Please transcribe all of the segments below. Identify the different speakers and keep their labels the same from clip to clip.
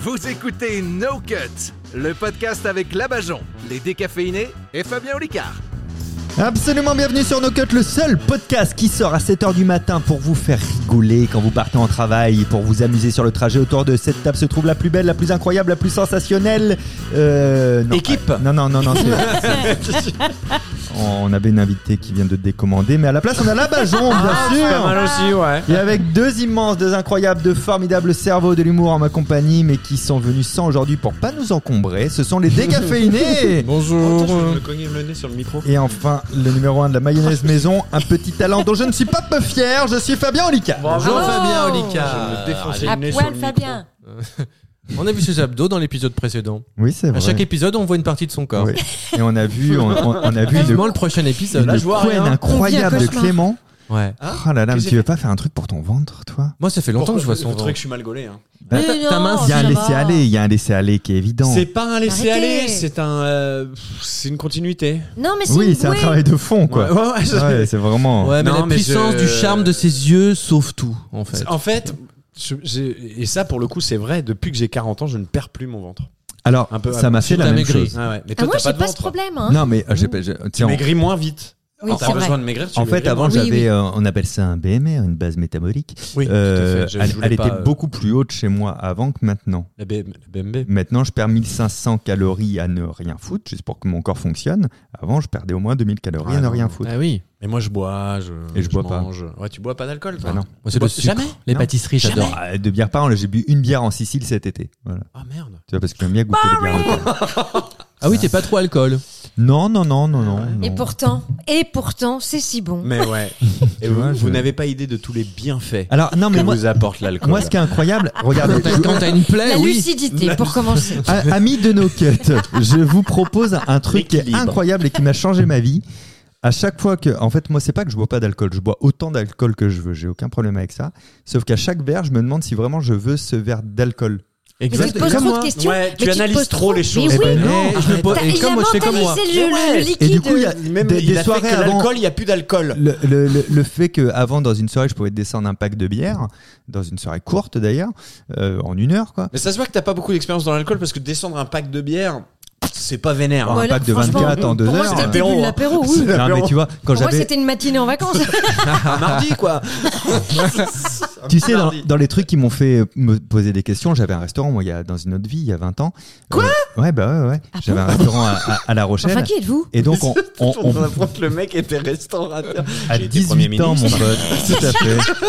Speaker 1: Vous écoutez No Cut, le podcast avec Labajon, les décaféinés et Fabien Olicard.
Speaker 2: Absolument bienvenue sur No Cut, le seul podcast qui sort à 7h du matin pour vous faire rigoler quand vous partez en travail, pour vous amuser sur le trajet. Autour de cette table se trouve la plus belle, la plus incroyable, la plus sensationnelle euh, non,
Speaker 1: Équipe.
Speaker 2: pas- Non, non, non, non. c'est- c'est- on avait une invitée qui vient de décommander, mais à la place on a la Bajon, bien sûr.
Speaker 3: Ah.
Speaker 4: aussi, ouais.
Speaker 2: Et avec deux immenses, deux incroyables, deux formidables cerveaux de l'humour en ma compagnie, mais qui sont venus sans aujourd'hui pour pas nous encombrer, ce sont les décaféinés.
Speaker 3: Oh,
Speaker 4: Bonjour.
Speaker 3: me cogner le nez sur le micro.
Speaker 2: Et enfin, le numéro 1 de la mayonnaise maison, un petit talent dont je ne suis pas peu fier, je suis Fabien Olicard.
Speaker 4: Bonjour
Speaker 5: Bravo.
Speaker 4: Fabien
Speaker 3: Je vais
Speaker 4: Olicard.
Speaker 3: me défoncer.
Speaker 5: À
Speaker 3: J'ai le nez sur
Speaker 5: poil,
Speaker 3: le
Speaker 5: Fabien.
Speaker 4: On a vu ses abdos dans l'épisode précédent.
Speaker 2: Oui, c'est vrai.
Speaker 4: À chaque épisode, on voit une partie de son
Speaker 3: hein.
Speaker 4: corps.
Speaker 2: Oui. Et on a vu, on, on- on a vu une,
Speaker 4: Vivement le prochain épisode.
Speaker 2: une
Speaker 4: Là, je vois
Speaker 2: couenne
Speaker 4: rien.
Speaker 2: incroyable
Speaker 5: On
Speaker 2: de
Speaker 5: vit un cauchemar.
Speaker 2: Clément.
Speaker 4: Ouais.
Speaker 2: oh là là, mais
Speaker 3: Qu'est-ce
Speaker 2: tu veux
Speaker 3: que
Speaker 2: pas faire un truc pour ton ventre, toi
Speaker 4: Moi, ça fait longtemps que je vois son
Speaker 3: Vous trouvez
Speaker 4: ventre.
Speaker 3: que je suis mal gaulé. hein.
Speaker 4: Bah,
Speaker 5: Mais
Speaker 4: ta- ta
Speaker 5: non,
Speaker 4: main,
Speaker 2: Il y a un
Speaker 5: Oh, ça va.
Speaker 2: laisser-aller, il y a un laisser-aller qui est évident.
Speaker 3: C'est pas un laisser-aller,
Speaker 5: Arrêtez.
Speaker 3: c'est un. euh, pff, c'est une continuité.
Speaker 5: Non, mais c'est
Speaker 2: Oui,
Speaker 5: une
Speaker 2: c'est un
Speaker 5: bouée.
Speaker 2: travail de fond,
Speaker 3: Ouais,
Speaker 2: quoi.
Speaker 3: ouais, ouais, ça-
Speaker 2: Ouais, c'est vraiment.
Speaker 4: Ouais, mais
Speaker 3: Non,
Speaker 4: la
Speaker 3: mais
Speaker 4: puissance
Speaker 3: je-
Speaker 4: du charme de ses yeux sauve tout, en fait.
Speaker 3: c'est- En fait, je- j'ai- et ça pour le coup, c'est vrai, depuis que j'ai 40 ans, je ne perds plus mon ventre.
Speaker 2: Alors,
Speaker 3: Un peu-
Speaker 2: ça m'a fait
Speaker 4: tu
Speaker 2: la
Speaker 4: t'as
Speaker 2: même
Speaker 4: maigri.
Speaker 2: chose.
Speaker 3: Ah ouais, Mais
Speaker 5: Ah,
Speaker 3: toi,
Speaker 5: moi,
Speaker 3: t'as pas
Speaker 5: j'ai pas,
Speaker 3: de
Speaker 5: ce
Speaker 3: ventre.
Speaker 5: problème. Hein.
Speaker 2: Non, mais euh, j'ai pas. je-
Speaker 3: Tu
Speaker 2: tiens,
Speaker 3: maigris moins vite.
Speaker 5: Oui,
Speaker 3: Quand
Speaker 5: c'est
Speaker 3: T'as
Speaker 5: vrai.
Speaker 3: besoin de maigrir, tu
Speaker 2: En fait,
Speaker 3: maigris
Speaker 2: avant,
Speaker 3: moins
Speaker 5: Oui,
Speaker 2: j'avais, euh, on appelle ça un BMR, une base métabolique.
Speaker 3: vite. Oui, tout à
Speaker 2: Euh,
Speaker 3: fait, je- je
Speaker 2: elle
Speaker 3: voulais
Speaker 2: elle était
Speaker 3: pas, euh,
Speaker 2: beaucoup plus haute chez moi avant que maintenant.
Speaker 3: La BM BMB.
Speaker 2: Maintenant, je perds 1500 calories à ne rien foutre, juste pour que mon corps fonctionne. Avant, je perdais au moins 2000 calories
Speaker 3: Ouais,
Speaker 2: à ne
Speaker 3: non,
Speaker 2: rien
Speaker 3: non.
Speaker 2: foutre.
Speaker 4: Ah oui.
Speaker 3: Mais moi, je bois, je.
Speaker 2: Et je bois pas.
Speaker 3: mange. Ouais, tu bois pas d'alcool, toi
Speaker 2: Ah non.
Speaker 4: Moi, c'est
Speaker 3: Bah,
Speaker 4: le sucre.
Speaker 3: jamais.
Speaker 4: Les
Speaker 2: Non.
Speaker 4: pâtisseries, j'adore.
Speaker 2: Ah, de bière par an, là, j'ai bu une bière en Sicile cet été. Voilà.
Speaker 3: Ah merde.
Speaker 2: Tu vois, parce que j'aime bien goûter les bières.
Speaker 3: Bah
Speaker 2: locales.
Speaker 4: Ah oui, t'es pas trop alcool.
Speaker 2: Non, non, non, non, non.
Speaker 5: Et
Speaker 2: non.
Speaker 5: pourtant, et pourtant, c'est si bon.
Speaker 3: Mais ouais. Et
Speaker 2: Tu vois,
Speaker 3: vous,
Speaker 2: je-
Speaker 3: vous n'avez pas idée de tous les bienfaits
Speaker 2: Alors, non,
Speaker 3: que
Speaker 2: mais moi,
Speaker 3: vous apporte l'alcool.
Speaker 2: moi, ce qui est incroyable, regardez,
Speaker 4: Quand t'as- quand t'as une plaie,
Speaker 5: La
Speaker 4: oui.
Speaker 5: lucidité, pour commencer.
Speaker 2: A- Amis de nos cuts, je vous propose un truc qui est
Speaker 3: L'équilibre.
Speaker 2: incroyable et qui m'a changé ma vie. À chaque fois que, en fait, moi, c'est pas que je bois pas d'alcool, je bois autant d'alcool que je veux, j'ai aucun problème avec ça. Sauf qu'à chaque verre, je me demande si vraiment je veux ce verre d'alcool.
Speaker 5: Mais tu te poses trop de questions.
Speaker 3: Ouais,
Speaker 5: mais
Speaker 3: tu
Speaker 5: te
Speaker 3: analyses
Speaker 5: poses
Speaker 3: trop les choses.
Speaker 5: Mais
Speaker 2: Eh
Speaker 5: oui,
Speaker 2: ben,
Speaker 4: Non,
Speaker 2: Non,
Speaker 4: je me pose-
Speaker 5: T'as-
Speaker 4: et
Speaker 5: il a
Speaker 4: comme moi, je fais comme moi.
Speaker 5: mentalisé le,
Speaker 3: Mais ouais.
Speaker 5: le
Speaker 2: Et
Speaker 5: liquide.
Speaker 2: du coup, il y a
Speaker 3: Même
Speaker 2: des,
Speaker 3: il
Speaker 2: des
Speaker 3: a fait
Speaker 2: soirées
Speaker 3: que
Speaker 2: avant.
Speaker 3: l'alcool, il n'y a plus d'alcool.
Speaker 2: Le, le- le- le fait que avant dans une soirée, je pouvais descendre un pack de bière, dans une soirée courte d'ailleurs, euh, en une heure quoi.
Speaker 3: Mais ça se voit que t'as pas beaucoup d'expérience dans l'alcool parce que descendre un pack de bière, c'est pas vénère.
Speaker 2: un
Speaker 5: Voilà,
Speaker 2: pack de
Speaker 5: franchement,
Speaker 2: 24 en deux
Speaker 5: Pour moi,
Speaker 2: heures.
Speaker 5: c'était le
Speaker 3: L'apéro,
Speaker 5: début
Speaker 3: hein.
Speaker 5: de l'apéro,
Speaker 2: Non,
Speaker 5: Ah oui.
Speaker 2: mais tu vois, quand
Speaker 5: Pour moi,
Speaker 2: j'avais,
Speaker 5: c'était une matinée en vacances.
Speaker 3: Un mardi quoi.
Speaker 2: tu sais, dans,
Speaker 3: mardi.
Speaker 2: dans les trucs qui m'ont fait euh, me poser des questions, j'avais un restaurant moi, il y a, dans une autre vie, il y a 20 ans. Quoi Ouais, bah ouais, ouais.
Speaker 5: Ah
Speaker 2: j'avais
Speaker 5: bon
Speaker 2: un restaurant à, à- à La Rochelle.
Speaker 5: Enfin, qui êtes-vous
Speaker 2: Et donc, on, on- on-
Speaker 3: apprend que le mec était restaurateur.
Speaker 2: à
Speaker 3: J'ai été premier
Speaker 2: 18 ans, mon
Speaker 3: ministre.
Speaker 2: pote, tout à fait.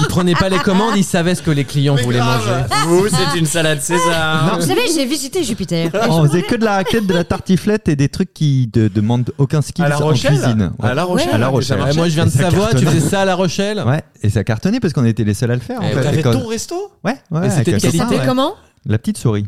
Speaker 4: Il prenait pas les commandes, il savait ce que les clients
Speaker 3: Mais
Speaker 4: voulaient
Speaker 3: grave.
Speaker 4: manger.
Speaker 3: Vous, c'est une salade César.
Speaker 5: Vous savez, j'ai visité Jupiter.
Speaker 2: On faisait que de la raclette, de la tartiflette et des trucs qui ne demandent aucun skill
Speaker 3: À La
Speaker 2: en
Speaker 3: Rochelle
Speaker 2: cuisine. Ouais.
Speaker 3: À La Rochelle.
Speaker 5: Ouais. À
Speaker 2: La Rochelle.
Speaker 3: Ça
Speaker 4: Ouais,
Speaker 3: marchait.
Speaker 4: Moi, je viens de
Speaker 2: Ça
Speaker 4: Savoie, tu
Speaker 2: cartonnait.
Speaker 4: faisais ça à La Rochelle.
Speaker 2: Ouais, et ça cartonnait parce qu'on était les seuls à le faire.
Speaker 4: Et
Speaker 2: en fait.
Speaker 3: T'avais
Speaker 2: Et quand-
Speaker 3: ton resto
Speaker 2: Ouais, ouais.
Speaker 4: Et c'était
Speaker 2: avec
Speaker 5: Et
Speaker 2: la
Speaker 4: quelle
Speaker 5: ça
Speaker 2: copine,
Speaker 4: idée
Speaker 5: s'appelait
Speaker 2: ouais.
Speaker 5: comment
Speaker 2: La petite souris.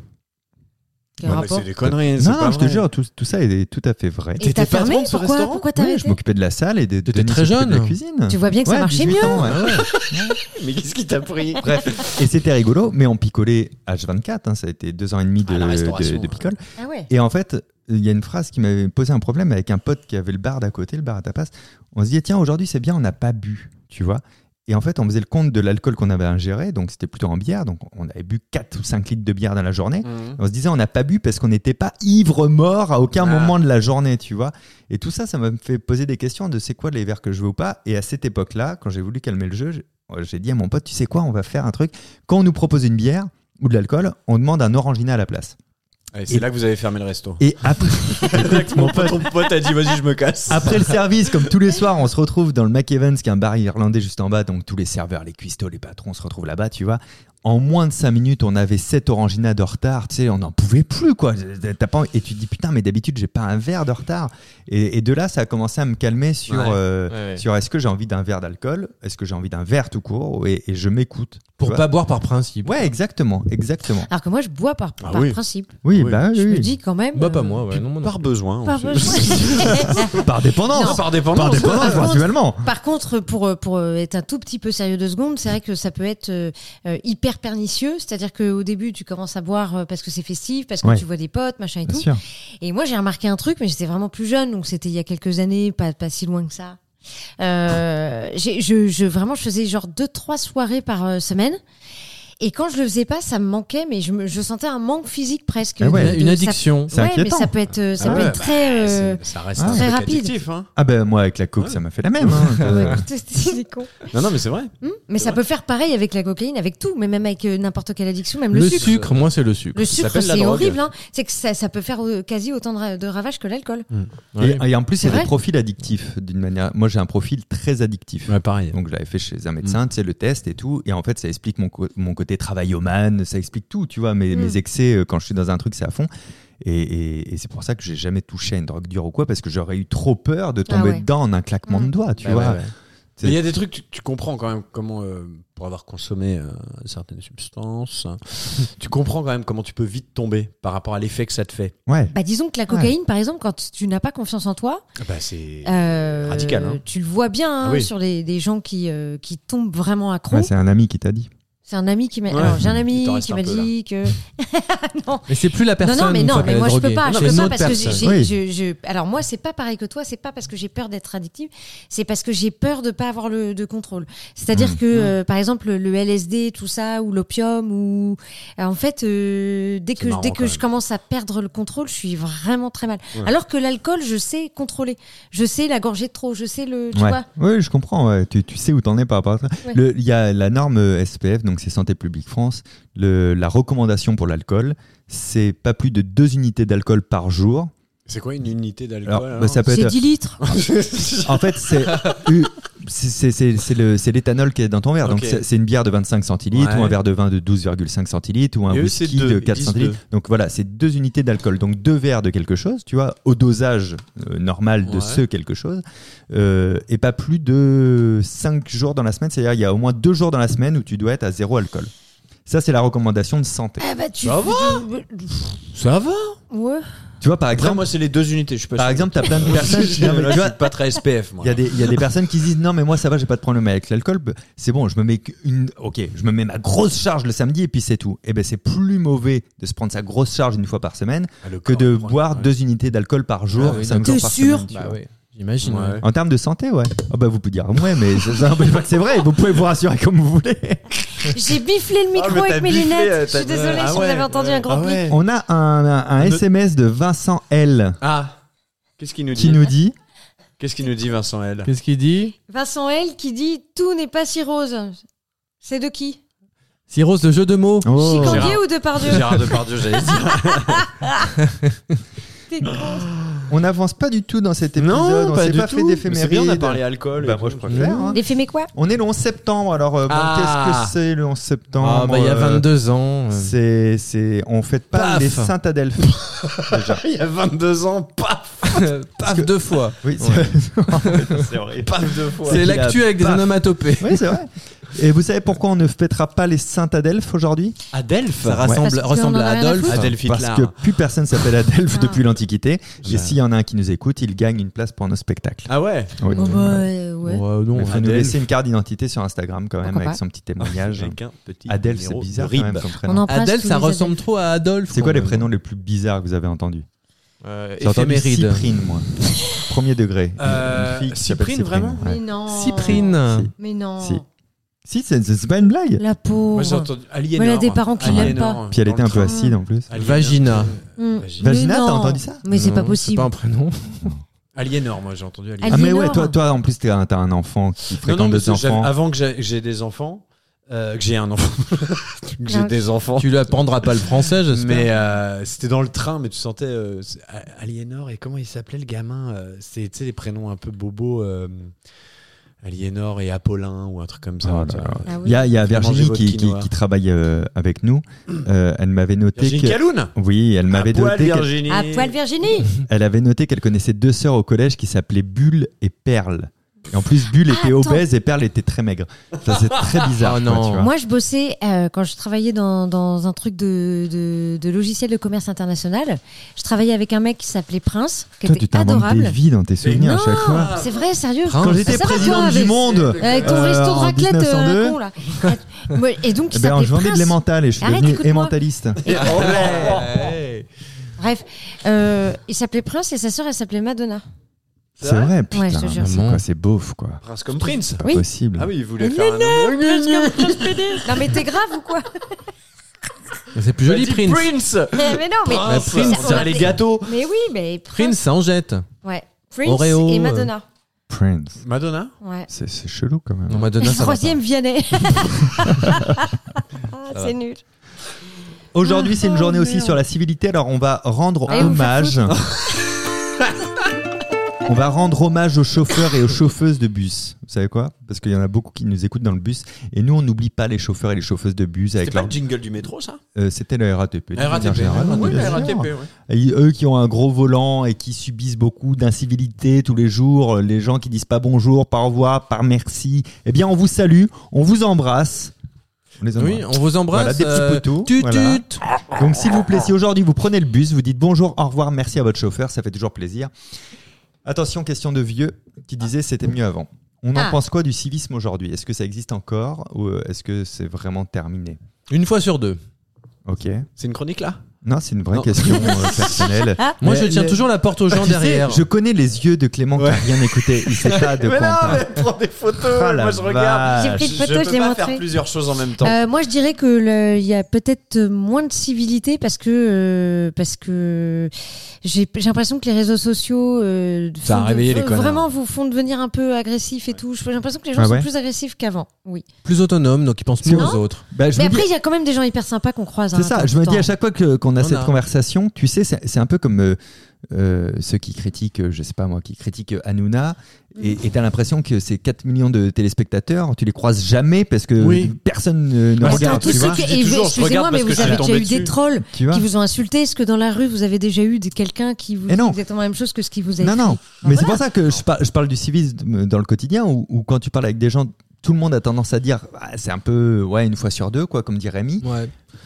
Speaker 5: Quel rapport
Speaker 3: des conneries.
Speaker 2: Non, non, je te jure, tout, tout ça est tout à fait vrai.
Speaker 5: Et t'as fermé Pourquoi Pourquoi t'as
Speaker 2: Oui, je
Speaker 5: arrêté
Speaker 2: m'occupais de la salle et de,
Speaker 4: T'étais
Speaker 2: Denis
Speaker 4: très
Speaker 2: s'occupait de la
Speaker 4: jeune.
Speaker 2: cuisine.
Speaker 5: Tu vois bien que
Speaker 2: Ouais,
Speaker 5: ça marchait
Speaker 2: 18
Speaker 5: mieux.
Speaker 2: ans, ouais.
Speaker 3: Mais qu'est-ce qui t'a pris
Speaker 2: Bref, et c'était rigolo, mais on picolait H24, hein, ça a été deux ans et demi de,
Speaker 3: Ah, la restauration,
Speaker 2: de- de
Speaker 3: ouais.
Speaker 2: picole.
Speaker 5: Ah ouais.
Speaker 2: Et en fait, il y a une phrase qui m'avait posé un problème avec un pote qui avait le bar d'à côté, le bar à tapas. On se disait, tiens, aujourd'hui, c'est bien, on n'a pas bu, tu vois. Et en fait, on faisait le compte de l'alcool qu'on avait ingéré, donc c'était plutôt en bière, donc on avait bu 4 ou 5 litres de bière dans la journée.
Speaker 3: Mm.
Speaker 2: On se disait, on n'a pas bu parce qu'on n'était pas ivre-mort à aucun
Speaker 3: Ah.
Speaker 2: moment de la journée, tu vois. Et tout ça, ça m'a fait poser des questions de c'est quoi les verres que je veux ou pas. Et à cette époque-là, quand j'ai voulu calmer le jeu, j'ai- euh, j'ai dit à mon pote, tu sais quoi, on va faire un truc. Quand on nous propose une bière ou de l'alcool, on demande un orangina à la place.
Speaker 3: C'est là que vous avez fermé le resto.
Speaker 2: Et après, mon pote,
Speaker 3: Ton pote Ah, a dit vas-y, je me casse.
Speaker 2: après le service, comme tous les soirs, on se retrouve dans le McEvans, qui est un bar irlandais juste en bas. Donc tous les serveurs, les cuistots, les patrons se retrouvent là-bas, tu vois. En moins de 5 minutes, on avait 7 orangina de retard. Tu sais, on n'en pouvait plus, quoi. T'as pas... Et tu te dis, putain, mais d'habitude, j'ai pas un verre de retard. Et, et de là, ça a commencé à me calmer sur,
Speaker 4: Ouais,
Speaker 2: euh,
Speaker 4: ouais, ouais.
Speaker 2: sur est-ce que j'ai envie d'un verre d'alcool Est-ce que j'ai envie d'un verre tout court Et, et je m'écoute. tu
Speaker 4: Pour
Speaker 2: vois.
Speaker 4: pas boire par principe.
Speaker 2: Ouais, exactement, exactement.
Speaker 5: Alors que moi, je bois par,
Speaker 3: Ah
Speaker 5: par
Speaker 3: oui.
Speaker 5: principe.
Speaker 2: Oui,
Speaker 3: Oui,
Speaker 2: bah oui,
Speaker 5: Je me
Speaker 2: oui.
Speaker 5: dis quand même.
Speaker 4: Bah, pas
Speaker 5: euh,
Speaker 4: moi, ouais. Non, moi, non.
Speaker 3: Par besoin.
Speaker 5: Par,
Speaker 3: on sait.
Speaker 5: besoin.
Speaker 2: Par dépendance.
Speaker 5: Non,
Speaker 3: Par
Speaker 2: Par
Speaker 3: dépendance.
Speaker 2: dépendance,
Speaker 5: contre-
Speaker 2: principalement.
Speaker 5: Par contre, pour, euh, pour euh, être un tout petit peu sérieux deux secondes, c'est vrai que ça peut être euh, euh, hyper pernicieux. C'est-à-dire qu'au début, tu commences à boire euh, parce que c'est festif, parce que
Speaker 2: Ouais.
Speaker 5: tu vois des potes, machin et
Speaker 2: Bien
Speaker 5: tout.
Speaker 2: sûr.
Speaker 5: Et moi, j'ai remarqué un truc, mais j'étais vraiment plus jeune, donc c'était il y a quelques années, pas, pas si loin que ça. Euh, j'ai- je, je- vraiment, je faisais genre deux, trois soirées par euh, semaine. Et quand je le faisais pas, ça me manquait, mais je, me- je sentais un manque physique presque.
Speaker 2: Ah ouais.
Speaker 5: de-
Speaker 4: Une-
Speaker 5: de-
Speaker 4: Une
Speaker 5: ça-
Speaker 4: addiction.
Speaker 2: C'est
Speaker 5: ouais, mais
Speaker 2: inquiétant.
Speaker 5: ça peut être, euh, ça
Speaker 3: Ah
Speaker 5: peut
Speaker 3: ouais,
Speaker 5: être très. euh,
Speaker 3: C'est- ça reste
Speaker 2: ah.
Speaker 3: un
Speaker 5: très
Speaker 3: truc
Speaker 5: rapide.
Speaker 3: addictif, hein.
Speaker 2: Ah ben moi avec la coke,
Speaker 3: Ouais.
Speaker 2: ça m'a fait la même. hein.
Speaker 5: Ah ouais, écoute, c'est des cons.
Speaker 3: Non, non, mais c'est vrai.
Speaker 5: Hum, mais ça peut faire pareil avec la cocaïne, avec tout, mais même avec euh, n'importe quelle addiction, même le,
Speaker 4: Le
Speaker 5: sucre.
Speaker 4: sucre, moi c'est le sucre.
Speaker 5: Le
Speaker 3: Ça
Speaker 5: sucre,
Speaker 3: s'appelle la
Speaker 5: c'est
Speaker 3: drogue.
Speaker 5: horrible. Hein. C'est que ça, ça peut faire euh, quasi autant de, ra- de ravages que l'alcool.
Speaker 4: Ouais.
Speaker 2: Et, et en plus, il y
Speaker 5: C'est
Speaker 2: a des
Speaker 5: vrai
Speaker 2: profils addictifs d'une manière. Moi, j'ai un profil très addictif.
Speaker 3: Ouais, Mm. pareil.
Speaker 2: Donc, je l'avais fait chez un médecin, tu sais, le test et tout. Et en fait, ça explique mon, co- mon côté travaillomane, ça explique tout, tu vois. Mes,
Speaker 5: Mm.
Speaker 2: mes excès, euh, quand je suis dans un truc, c'est à fond. Et, et- et c'est pour ça que j'ai jamais touché à une drogue dure ou quoi, parce que j'aurais eu trop peur de
Speaker 5: Ah
Speaker 2: tomber
Speaker 5: ouais.
Speaker 2: dedans en un claquement de
Speaker 5: Mm.
Speaker 2: doigts, tu
Speaker 3: Bah
Speaker 2: vois.
Speaker 3: ouais, ouais. Mais Il y a des trucs, tu, tu comprends quand même comment, euh, pour avoir consommé euh, certaines substances, tu comprends quand même comment tu peux vite tomber par rapport à l'effet que ça te fait.
Speaker 2: Ouais.
Speaker 5: Bah, disons que la cocaïne, par exemple, quand tu n'as pas confiance en toi,
Speaker 3: Bah, c'est.
Speaker 5: euh,
Speaker 3: Radical, hein.
Speaker 5: tu le vois bien hein,
Speaker 3: Ah oui.
Speaker 5: sur les, des gens qui, euh, qui tombent vraiment accros.
Speaker 2: Ouais, c'est un ami qui t'a dit.
Speaker 5: c'est un ami qui m'a.
Speaker 3: Ouais.
Speaker 5: Alors, j'ai un
Speaker 3: Il
Speaker 5: ami
Speaker 3: t'en reste
Speaker 5: qui
Speaker 3: un
Speaker 5: m'a
Speaker 3: peu, là.
Speaker 5: dit que.
Speaker 4: Mais c'est plus la personne.
Speaker 5: non, non, mais
Speaker 4: une
Speaker 5: non,
Speaker 4: fois
Speaker 5: mais
Speaker 4: qu'elle
Speaker 5: moi
Speaker 4: est
Speaker 5: je peux
Speaker 4: droguée.
Speaker 5: pas, je
Speaker 4: C'est
Speaker 5: peux
Speaker 4: une
Speaker 5: pas
Speaker 4: autre
Speaker 5: parce que j'ai,
Speaker 4: personne.
Speaker 5: j'ai-
Speaker 2: Oui.
Speaker 5: je, je- alors moi c'est pas pareil que toi, c'est pas parce que j'ai peur d'être addictive, c'est parce que j'ai peur de pas avoir le de contrôle. C'est-à-dire
Speaker 3: Mmh.
Speaker 2: Mm.
Speaker 5: que euh, par exemple le LSD, tout ça, ou l'opium, ou euh, en fait euh, dès que
Speaker 3: marrant,
Speaker 5: dès
Speaker 3: quand
Speaker 5: que je
Speaker 3: même.
Speaker 5: commence à perdre le contrôle, je suis vraiment très mal.
Speaker 3: Ouais.
Speaker 5: Alors que l'alcool, je sais contrôler, je sais la gorgée de trop, je sais le, tu
Speaker 2: Ouais.
Speaker 5: vois.
Speaker 2: Oui, je comprends. ouais. Tu, tu sais où t'en es par rapport à ça.
Speaker 5: Ouais.
Speaker 2: Le- Il y a la norme euh, SPF, donc c'est Santé publique France. Le- la recommandation pour l'alcool, c'est pas plus de deux unités d'alcool par jour.
Speaker 3: C'est quoi une unité d'alcool
Speaker 2: Alors, bah,
Speaker 3: alors
Speaker 2: ça peut
Speaker 5: C'est
Speaker 2: être.
Speaker 5: 10 litres.
Speaker 2: En fait, c'est euh, c'est- c'est- c'est le- c'est l'éthanol qui est dans ton verre. Donc,
Speaker 3: Ok.
Speaker 2: c'est- c'est une bière de 25 centilitres,
Speaker 3: Ouais.
Speaker 2: ou un verre de vin de 12,5 centilitres, ou un
Speaker 3: Et eux, c'est
Speaker 2: whisky
Speaker 3: deux,
Speaker 2: de
Speaker 3: ils
Speaker 2: 4
Speaker 3: disent
Speaker 2: centilitres. Donc, voilà, c'est deux unités d'alcool. Donc, deux verres de quelque chose, tu vois, au dosage euh, normal de
Speaker 3: Ouais.
Speaker 2: ce quelque chose, euh, et pas plus de 5 jours dans la semaine. C'est-à-dire, il y a au moins deux jours dans la semaine où tu dois être à zéro alcool. Ça, c'est la recommandation de santé.
Speaker 5: Ah bah tu.
Speaker 3: Ça Ça va
Speaker 5: Ouais.
Speaker 2: Tu vois, par
Speaker 3: Après,
Speaker 2: exemple,
Speaker 3: moi, c'est les deux unités, je suis pas
Speaker 2: par
Speaker 3: sûr.
Speaker 2: exemple, t'as plein de personnes. Non, mais
Speaker 3: Là,
Speaker 2: tu
Speaker 3: je
Speaker 2: vois,
Speaker 3: suis pas très SPF, moi.
Speaker 2: Il y, a des, il y a des personnes qui se disent non mais moi ça va j'ai pas de problème avec l'alcool Bah, c'est bon je me mets une ok je me mets ma grosse charge le samedi et puis c'est tout et ben c'est plus mauvais de se prendre sa grosse charge une fois par semaine
Speaker 3: Ah, le
Speaker 2: que
Speaker 3: corps,
Speaker 2: de
Speaker 3: il prend-
Speaker 2: boire
Speaker 3: ouais.
Speaker 2: deux unités d'alcool par jour
Speaker 4: Ah oui,
Speaker 2: cinq
Speaker 5: t'es
Speaker 2: jours par
Speaker 5: sûr
Speaker 2: semaine, tu
Speaker 4: Bah
Speaker 2: vois.
Speaker 4: ouais, j'imagine.
Speaker 3: Ouais.
Speaker 4: ouais.
Speaker 2: en termes de santé ouais Ah bah vous pouvez dire ouais mais ça, ça n'empêche pas que c'est vrai vous pouvez vous rassurer comme vous voulez
Speaker 5: J'ai biflé le
Speaker 3: Ah,
Speaker 5: micro
Speaker 3: mais t'as
Speaker 5: avec mes
Speaker 3: biflé, euh,
Speaker 5: lunettes. Je suis
Speaker 3: t'as-
Speaker 5: désolée
Speaker 3: Ah
Speaker 5: si vous
Speaker 3: ouais,
Speaker 5: avez entendu
Speaker 3: euh,
Speaker 5: un grand
Speaker 3: ah
Speaker 5: bip.
Speaker 3: ouais.
Speaker 2: on a un, un- un
Speaker 3: Ne-
Speaker 2: SMS de Vincent L
Speaker 3: Ah Qu'est-ce qu'il nous
Speaker 2: qui
Speaker 3: dit
Speaker 2: nous dit
Speaker 3: Qu'est-ce qu'il nous dit, Vincent L
Speaker 4: Qu'est-ce qu'il dit
Speaker 5: Vincent L qui dit tout n'est pas si rose. C'est de qui
Speaker 4: Cyrose, le jeu de mots.
Speaker 2: Oh.
Speaker 5: Chicandier
Speaker 3: Gérard.
Speaker 5: ou Depardieu
Speaker 3: Gérard Depardieu, j'allais dire.
Speaker 5: T'es con.
Speaker 2: on n'avance pas du tout dans cet épisode on s'est pas fait
Speaker 3: Mais C'est bien, on a
Speaker 2: d'éphéméride.
Speaker 3: parlé alcool. et
Speaker 2: Bah, moi,
Speaker 3: tout.
Speaker 2: je préfère, hein.
Speaker 5: Des fémés quoi
Speaker 2: on est le 11 septembre alors euh, bon,
Speaker 4: Ah.
Speaker 2: qu'est-ce que c'est le 11 septembre
Speaker 4: Ah bah il y a
Speaker 2: euh,
Speaker 4: 22 ans. euh,
Speaker 2: C'est, c'est, on fête pas
Speaker 4: Paf.
Speaker 2: les Saint Adelphes.
Speaker 3: Il y a 22 ans, paf
Speaker 4: Paf deux fois.
Speaker 2: Oui, c'est,
Speaker 3: C'est horrible. Paf deux fois.
Speaker 4: C'est
Speaker 2: qu'il a
Speaker 4: l'actu avec des
Speaker 2: paf.
Speaker 4: onomatopées.
Speaker 2: oui, c'est vrai. Et vous savez pourquoi on ne fêtera pas les Saint Adelphes aujourd'hui
Speaker 3: Adelphe
Speaker 4: Ça
Speaker 5: Parce
Speaker 4: rassemble,
Speaker 5: qu'on
Speaker 4: ressemble
Speaker 5: en
Speaker 4: à
Speaker 5: a rien à
Speaker 4: Adolphe.
Speaker 5: foutre.
Speaker 3: Adelphi
Speaker 2: Parce
Speaker 3: Clar.
Speaker 2: que plus personne s'appelle Adelphes
Speaker 5: Ah.
Speaker 2: depuis l'antiquité. Et
Speaker 3: Ouais.
Speaker 2: s'il y en a un qui nous écoute, il gagne une place pour nos spectacles.
Speaker 3: Ah ouais
Speaker 2: Oui.
Speaker 5: Bon bah euh, ouais.
Speaker 4: Ouais, non,
Speaker 2: Il faut nous
Speaker 4: Adelphe.
Speaker 2: laisser une carte d'identité sur Instagram quand même
Speaker 5: Pourquoi
Speaker 2: avec
Speaker 5: pas
Speaker 2: son petit témoignage.
Speaker 3: Avec un petit
Speaker 2: Adelphes, c'est
Speaker 3: numéro
Speaker 2: bizarre
Speaker 3: de rib.
Speaker 2: quand même comme prénom.
Speaker 5: On embrasse
Speaker 4: Adèle,
Speaker 5: tous
Speaker 4: ça
Speaker 5: les
Speaker 4: ressemble
Speaker 5: Adèles.
Speaker 4: trop à Adolphe.
Speaker 2: C'est
Speaker 4: quand
Speaker 2: quoi les
Speaker 4: même.
Speaker 2: prénoms les plus bizarres que vous avez entendus
Speaker 4: Euh,
Speaker 2: J'ai entendu
Speaker 4: Éphéméride.
Speaker 2: Cyprine, moi. Premier degré.
Speaker 3: Euh,
Speaker 2: Une fille qui s'appelle
Speaker 3: Cyprine, vraiment
Speaker 2: ouais.
Speaker 5: Mais non.
Speaker 4: Cyprine.
Speaker 2: Si.
Speaker 5: Mais non.
Speaker 2: Si. Si, c'est- c'est pas une blague.
Speaker 5: La pauvre.
Speaker 3: Moi j'ai entendu hein. Aliénor.
Speaker 5: Voilà, des parents qui l'aiment
Speaker 3: Aliénor,
Speaker 5: pas.
Speaker 2: Puis elle
Speaker 3: dans
Speaker 2: était
Speaker 3: le
Speaker 2: un peu
Speaker 3: train.
Speaker 2: acide en plus.
Speaker 3: Aliénor,
Speaker 4: Vagina.
Speaker 3: c'est-
Speaker 5: Mm.
Speaker 3: Vagina.
Speaker 2: Vagina,
Speaker 5: Mais
Speaker 2: t'as
Speaker 5: non.
Speaker 2: entendu ça
Speaker 5: Mais c'est
Speaker 4: Non,
Speaker 5: pas
Speaker 4: C'est
Speaker 5: possible.
Speaker 4: pas un prénom.
Speaker 3: Aliénor, moi j'ai entendu Aliénor.
Speaker 2: Ah mais ouais,
Speaker 5: Aliénor.
Speaker 2: toi, toi en plus t'es un- t'as un enfant qui
Speaker 3: Non,
Speaker 2: fréquente
Speaker 3: non, parce
Speaker 2: des
Speaker 3: que j'avais-
Speaker 2: enfants.
Speaker 3: avant que j'ai- j'ai des enfants, euh, que j'ai un enfant, que j'ai
Speaker 5: Non.
Speaker 3: des enfants.
Speaker 4: Tu lui apprendras pas le français, j'espère.
Speaker 3: Mais euh, c'était dans le train, mais tu sentais euh, c'est- A- Aliénor et comment il s'appelait le gamin euh, C'est tu sais, les prénoms un peu bobos. euh, Aliénor et Apollin ou un truc comme ça.
Speaker 2: Oh là
Speaker 3: tu vois.
Speaker 2: là.
Speaker 5: Ah oui.
Speaker 2: Il y a, il y a
Speaker 3: J'ai mangé
Speaker 2: Virginie
Speaker 3: votre
Speaker 2: qui, qui-
Speaker 3: quinoa.
Speaker 2: qui travaille euh, avec nous. Euh, elle m'avait noté
Speaker 3: Virginie
Speaker 2: que.
Speaker 3: Caloun
Speaker 2: Oui, elle m'avait
Speaker 3: À poil,
Speaker 2: noté qu'elle
Speaker 3: Virginie.
Speaker 5: À poil Virginie
Speaker 2: elle avait noté qu'elle connaissait deux sœurs au collège qui s'appelaient Bulle et Perle. Et en plus, Bulle était
Speaker 5: Attends.
Speaker 2: obèse et Perle était très maigre. Ça c'est très bizarre.
Speaker 4: Oh
Speaker 2: quoi,
Speaker 4: non.
Speaker 2: tu vois.
Speaker 5: Moi, je bossais euh, quand je travaillais dans, dans un truc de, de, de logiciel de commerce international. Je travaillais avec un mec qui s'appelait Prince, qui
Speaker 2: Toi, tu
Speaker 5: était
Speaker 2: t'inventes des
Speaker 5: adorable.
Speaker 2: vies dans tes souvenirs à
Speaker 5: non,
Speaker 2: chaque fois.
Speaker 5: C'est vrai, sérieux.
Speaker 4: Prince.
Speaker 2: Quand
Speaker 4: ça
Speaker 2: j'étais
Speaker 5: va, toi,
Speaker 2: président du
Speaker 5: avec-
Speaker 2: monde.
Speaker 5: Avec ton
Speaker 2: Euh,
Speaker 5: resto de
Speaker 2: en
Speaker 5: raclette, euh,
Speaker 2: 1902.
Speaker 5: con, là. Ouais, Et donc,
Speaker 2: Eh
Speaker 5: il
Speaker 2: ben, en
Speaker 5: s'appelait
Speaker 2: journée de
Speaker 5: Prince.
Speaker 2: l'emmental et je suis
Speaker 5: Arrête,
Speaker 2: devenu
Speaker 5: écoute-moi.
Speaker 2: émentaliste.
Speaker 5: Oh, Bref, euh, il s'appelait Prince et sa sœur, elle s'appelait Madonna.
Speaker 2: C'est vrai, putain,
Speaker 5: je te jure,
Speaker 2: maman,
Speaker 4: c'est-
Speaker 2: quoi, c'est beauf, quoi.
Speaker 3: Prince comme Prince.
Speaker 2: C'est pas
Speaker 5: Oui.
Speaker 2: possible.
Speaker 3: Ah oui, il
Speaker 5: Oh,
Speaker 3: voulait faire un
Speaker 5: Non, mais t'es grave ou quoi
Speaker 4: C'est plus joli, Prince. Prince,
Speaker 5: mais, mais non, mais.
Speaker 4: Bah,
Speaker 5: ça,
Speaker 4: Prince,
Speaker 5: on
Speaker 4: ça,
Speaker 5: l'appelait-
Speaker 3: les gâteaux.
Speaker 5: Mais oui, mais.
Speaker 4: ça en jette.
Speaker 5: Ouais. Prince
Speaker 4: Oreo,
Speaker 5: et
Speaker 4: euh,
Speaker 5: Madonna.
Speaker 2: Prince.
Speaker 3: Madonna
Speaker 5: Ouais.
Speaker 2: C'est c'est chelou, quand même.
Speaker 4: Non, Madonna, ça va pas.
Speaker 5: Troisième Vianney. Ah, c'est nul.
Speaker 2: Aujourd'hui, c'est une
Speaker 5: Oh,
Speaker 2: journée aussi
Speaker 5: merde.
Speaker 2: sur la civilité, alors Ah, on va rendre
Speaker 5: Allez, vous faire
Speaker 2: hommage. On va rendre hommage aux chauffeurs et aux chauffeuses de bus. Vous savez quoi Parce qu'il y en a beaucoup qui nous écoutent dans le bus. Et nous, on n'oublie pas les chauffeurs et les chauffeuses de bus. avec
Speaker 3: C'était pas
Speaker 2: leur...
Speaker 3: le jingle du métro, ça
Speaker 2: Euh, C'était la RATP. de manière générale, on
Speaker 3: Oui,
Speaker 2: est bien
Speaker 3: la
Speaker 2: sûr.
Speaker 3: RATP, ouais.
Speaker 2: Et eux qui ont un gros volant et qui subissent beaucoup d'incivilités tous les jours, euh, les gens qui disent pas bonjour, par revoir, par merci, eh bien on vous salue, on vous embrasse. On les embrasse.
Speaker 4: Oui, on vous
Speaker 2: Voilà,
Speaker 4: embrasse.
Speaker 2: des petits
Speaker 4: euh,
Speaker 2: poteaux,
Speaker 4: Tut,
Speaker 2: voilà.
Speaker 4: tut.
Speaker 2: Donc s'il vous plaît, si aujourd'hui vous prenez le bus, vous dites bonjour, au revoir, merci à votre chauffeur, ça fait toujours plaisir. Attention, question de vieux qui disait c'était mieux avant. On en
Speaker 5: Ah.
Speaker 2: pense quoi du civisme aujourd'hui Est-ce que ça existe encore ou euh, est-ce que c'est vraiment terminé
Speaker 4: Une fois sur deux.
Speaker 2: Ok.
Speaker 3: C'est une chronique là
Speaker 2: Non, c'est une vraie
Speaker 3: Non.
Speaker 2: question euh, personnelle.
Speaker 4: Moi,
Speaker 2: Mais
Speaker 4: je tiens
Speaker 2: les-
Speaker 4: toujours la porte aux gens
Speaker 2: Tu sais,
Speaker 4: derrière.
Speaker 2: Je connais les yeux de Clément qui a rien écouté. Il sait pas de quoi on parle.
Speaker 3: prends des photos,
Speaker 2: Ah, la
Speaker 5: J'ai
Speaker 2: vache.
Speaker 5: pris une photo, je l'ai montrée.
Speaker 3: plusieurs choses en même
Speaker 5: Euh, moi, je dirais que le- il y a peut-être moins de civilité parce que euh, parce que j'ai j'ai l'impression que les réseaux sociaux euh,
Speaker 3: Ça a
Speaker 5: font de-
Speaker 3: réveillé les
Speaker 5: font-
Speaker 3: connards.
Speaker 5: vraiment vous font devenir un peu agressif et tout. J'ai l'impression que les gens
Speaker 2: Ah ouais
Speaker 5: sont plus agressifs qu'avant. Oui.
Speaker 4: Plus autonome, donc ils pensent mieux
Speaker 5: Non.
Speaker 4: aux autres.
Speaker 2: Bah, je
Speaker 5: Mais
Speaker 2: me dis-
Speaker 5: après, il y a quand même des gens hyper sympas qu'on croise.
Speaker 2: c'est
Speaker 5: hein,
Speaker 2: ça.
Speaker 5: tout
Speaker 2: Je me
Speaker 5: le
Speaker 2: dis à
Speaker 5: temps.
Speaker 2: chaque fois que qu'on a
Speaker 4: On
Speaker 2: cette
Speaker 4: a-
Speaker 2: conversation, tu sais, c'est c'est un peu comme euh, euh, ceux qui critiquent, euh, je sais pas moi, qui critiquent euh, Hanouna.
Speaker 5: Mm.
Speaker 2: Et et t'as l'impression que ces 4 millions de téléspectateurs, tu les croises jamais parce que
Speaker 4: Oui.
Speaker 2: personne euh, ne
Speaker 5: Attends,
Speaker 2: regarde.
Speaker 5: tous
Speaker 2: Tu
Speaker 5: Bah, ceux
Speaker 2: vois,
Speaker 5: qui-
Speaker 3: Je dis
Speaker 5: et
Speaker 3: toujours, je
Speaker 5: Excusez-moi,
Speaker 3: regarde
Speaker 5: mais
Speaker 3: parce que
Speaker 5: vous
Speaker 3: je suis
Speaker 5: avez déjà
Speaker 3: tombé
Speaker 5: eu des
Speaker 3: dessus.
Speaker 5: trolls
Speaker 2: tu vois
Speaker 5: qui vous ont insulté. Est-ce que dans la rue, vous avez déjà eu des- quelqu'un qui vous
Speaker 2: Eh
Speaker 5: dit
Speaker 2: non.
Speaker 5: exactement la même chose que ce qui vous a
Speaker 2: Non,
Speaker 5: écrit
Speaker 2: non.
Speaker 5: Ben
Speaker 2: Mais c'est
Speaker 5: voilà.
Speaker 2: pour ça que je, par- je parle du civisme dans le quotidien, où, où quand tu parles avec des gens, tout le monde a tendance à dire Ah, c'est un peu ouais une fois sur deux, quoi, comme dit Rémi.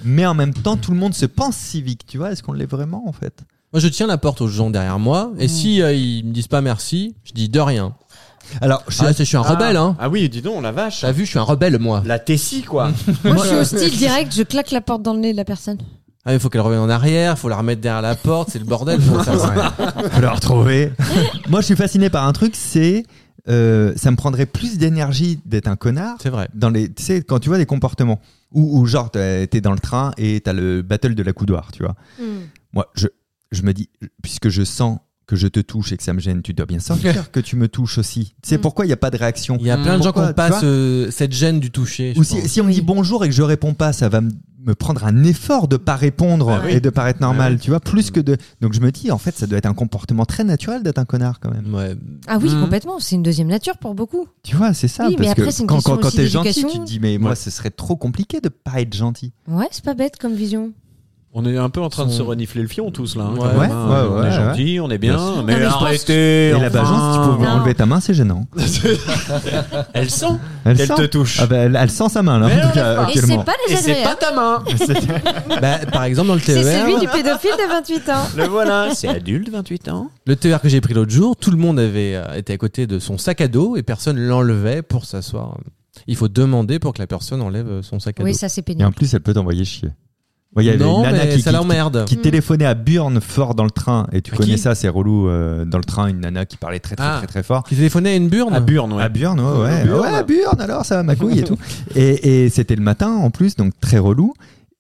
Speaker 2: Mais en même temps, tout le monde se pense civique, tu vois. Est-ce qu'on l'est vraiment en fait
Speaker 4: Moi, je tiens la porte aux gens derrière moi.
Speaker 5: Mmh.
Speaker 4: Et si euh, ils me disent pas merci, je dis de rien.
Speaker 2: Alors, je-
Speaker 4: Ah, c'est- je suis un rebelle, hein.
Speaker 3: Ah oui, dis donc, la vache.
Speaker 4: T'as vu, je suis un rebelle, moi.
Speaker 3: La Tessie, quoi.
Speaker 5: Moi, je suis hostile direct. Je claque la porte dans le nez de la personne.
Speaker 4: Ah, il faut qu'elle revienne en arrière, faut la remettre derrière la porte, c'est le bordel. Faut faire ça.
Speaker 2: Faut le retrouver. Moi, je suis fasciné par un truc, c'est euh, ça me prendrait plus d'énergie d'être un connard
Speaker 4: C'est vrai.
Speaker 2: dans les, tu sais, quand tu vois des comportements où, où genre t'es t'es dans le train et t'as le battle de la coudoir, tu vois. Moi, je, je me dis, puisque je sens que je te touche et que ça me gêne, tu dois bien sentir que tu me touches aussi. Tu sais
Speaker 5: Mm.
Speaker 2: pourquoi il n'y a pas de réaction
Speaker 4: Il y a
Speaker 2: Mm.
Speaker 4: plein de gens qui
Speaker 2: Pourquoi,
Speaker 4: ont
Speaker 2: tu
Speaker 4: pas
Speaker 2: vois
Speaker 4: ce- cette gêne du toucher. je
Speaker 2: Ou si,
Speaker 4: pense.
Speaker 2: si on me dit bonjour et que je réponds pas, ça va me, me prendre un effort de pas répondre
Speaker 5: Ah oui.
Speaker 2: et de paraître normal,
Speaker 3: Ah oui.
Speaker 2: tu vois, plus que de. Donc je me dis, en fait, ça doit être un comportement très naturel d'être un connard quand même.
Speaker 4: Ouais.
Speaker 5: Ah oui,
Speaker 2: Hmm.
Speaker 4: Mhm.
Speaker 5: complètement. C'est une deuxième nature pour beaucoup.
Speaker 2: Tu vois, c'est ça.
Speaker 5: Oui, mais
Speaker 2: parce
Speaker 5: après,
Speaker 2: que
Speaker 5: c'est une
Speaker 2: quand,
Speaker 5: question
Speaker 2: quand, quand
Speaker 5: aussi
Speaker 2: t'es gentil,
Speaker 5: d'éducation.
Speaker 2: tu te dis, mais moi, ce serait trop compliqué de pas être gentil.
Speaker 5: Ouais, c'est pas bête comme vision.
Speaker 3: On est un peu en train de
Speaker 4: Son-
Speaker 3: se renifler le fion, tous, là. hein,
Speaker 4: Ouais.
Speaker 3: quand même, hein.
Speaker 2: Ouais, ouais,
Speaker 3: on
Speaker 2: ouais,
Speaker 3: est gentil, on est bien,
Speaker 2: Bien sûr.
Speaker 5: Non,
Speaker 3: Ah, mais,
Speaker 5: mais je pense-
Speaker 3: arrêtez.
Speaker 2: Et là-bas,
Speaker 3: enfin.
Speaker 2: si tu pouvais
Speaker 5: Non.
Speaker 2: enlever ta main, c'est gênant.
Speaker 3: Elle sent
Speaker 2: Elle,
Speaker 3: qu'elle
Speaker 2: sent.
Speaker 3: te touche.
Speaker 2: Ah bah, elle, elle sent sa main, là,
Speaker 3: Mais
Speaker 2: en tout
Speaker 3: on
Speaker 2: cas, euh,
Speaker 3: lève pas.
Speaker 5: Et c'est
Speaker 2: Ah, actuellement.
Speaker 5: pas
Speaker 3: Et c'est pas
Speaker 5: désagréable.
Speaker 3: ta main.
Speaker 4: Bah, par exemple, dans le
Speaker 5: C'est
Speaker 4: TER,
Speaker 5: celui du pédophile de 28 ans.
Speaker 3: Le voilà. C'est adulte, 28 ans.
Speaker 4: le TER que j'ai pris l'autre jour, tout le monde avait euh, été à côté de son sac à dos et personne l'enlevait pour s'asseoir. Il faut demander pour que la personne enlève euh, son sac à dos.
Speaker 5: Oui, ça c'est
Speaker 2: Et
Speaker 5: pénible.
Speaker 2: en plus, elle peut t'envoyer chier. Ouais, Il y avait
Speaker 4: non,
Speaker 2: une nana
Speaker 4: mais
Speaker 2: qui,
Speaker 4: ça
Speaker 2: qui-
Speaker 4: l'emmerde.
Speaker 2: qui téléphonait à Burn fort dans le train. Et tu
Speaker 4: Mm. À
Speaker 2: connais
Speaker 4: qui
Speaker 2: ça, c'est relou euh, dans le train, une nana qui parlait très très
Speaker 4: Ah.
Speaker 2: très très fort.
Speaker 4: Qui téléphonait à une
Speaker 2: Ah.
Speaker 4: burne.
Speaker 3: À Burne, ouais.
Speaker 2: À Burn, ouais, ouais.
Speaker 3: Burn.
Speaker 2: Ouais, Burn, alors ça va, ma couille et tout. Et, et c'était le matin en plus, donc très relou.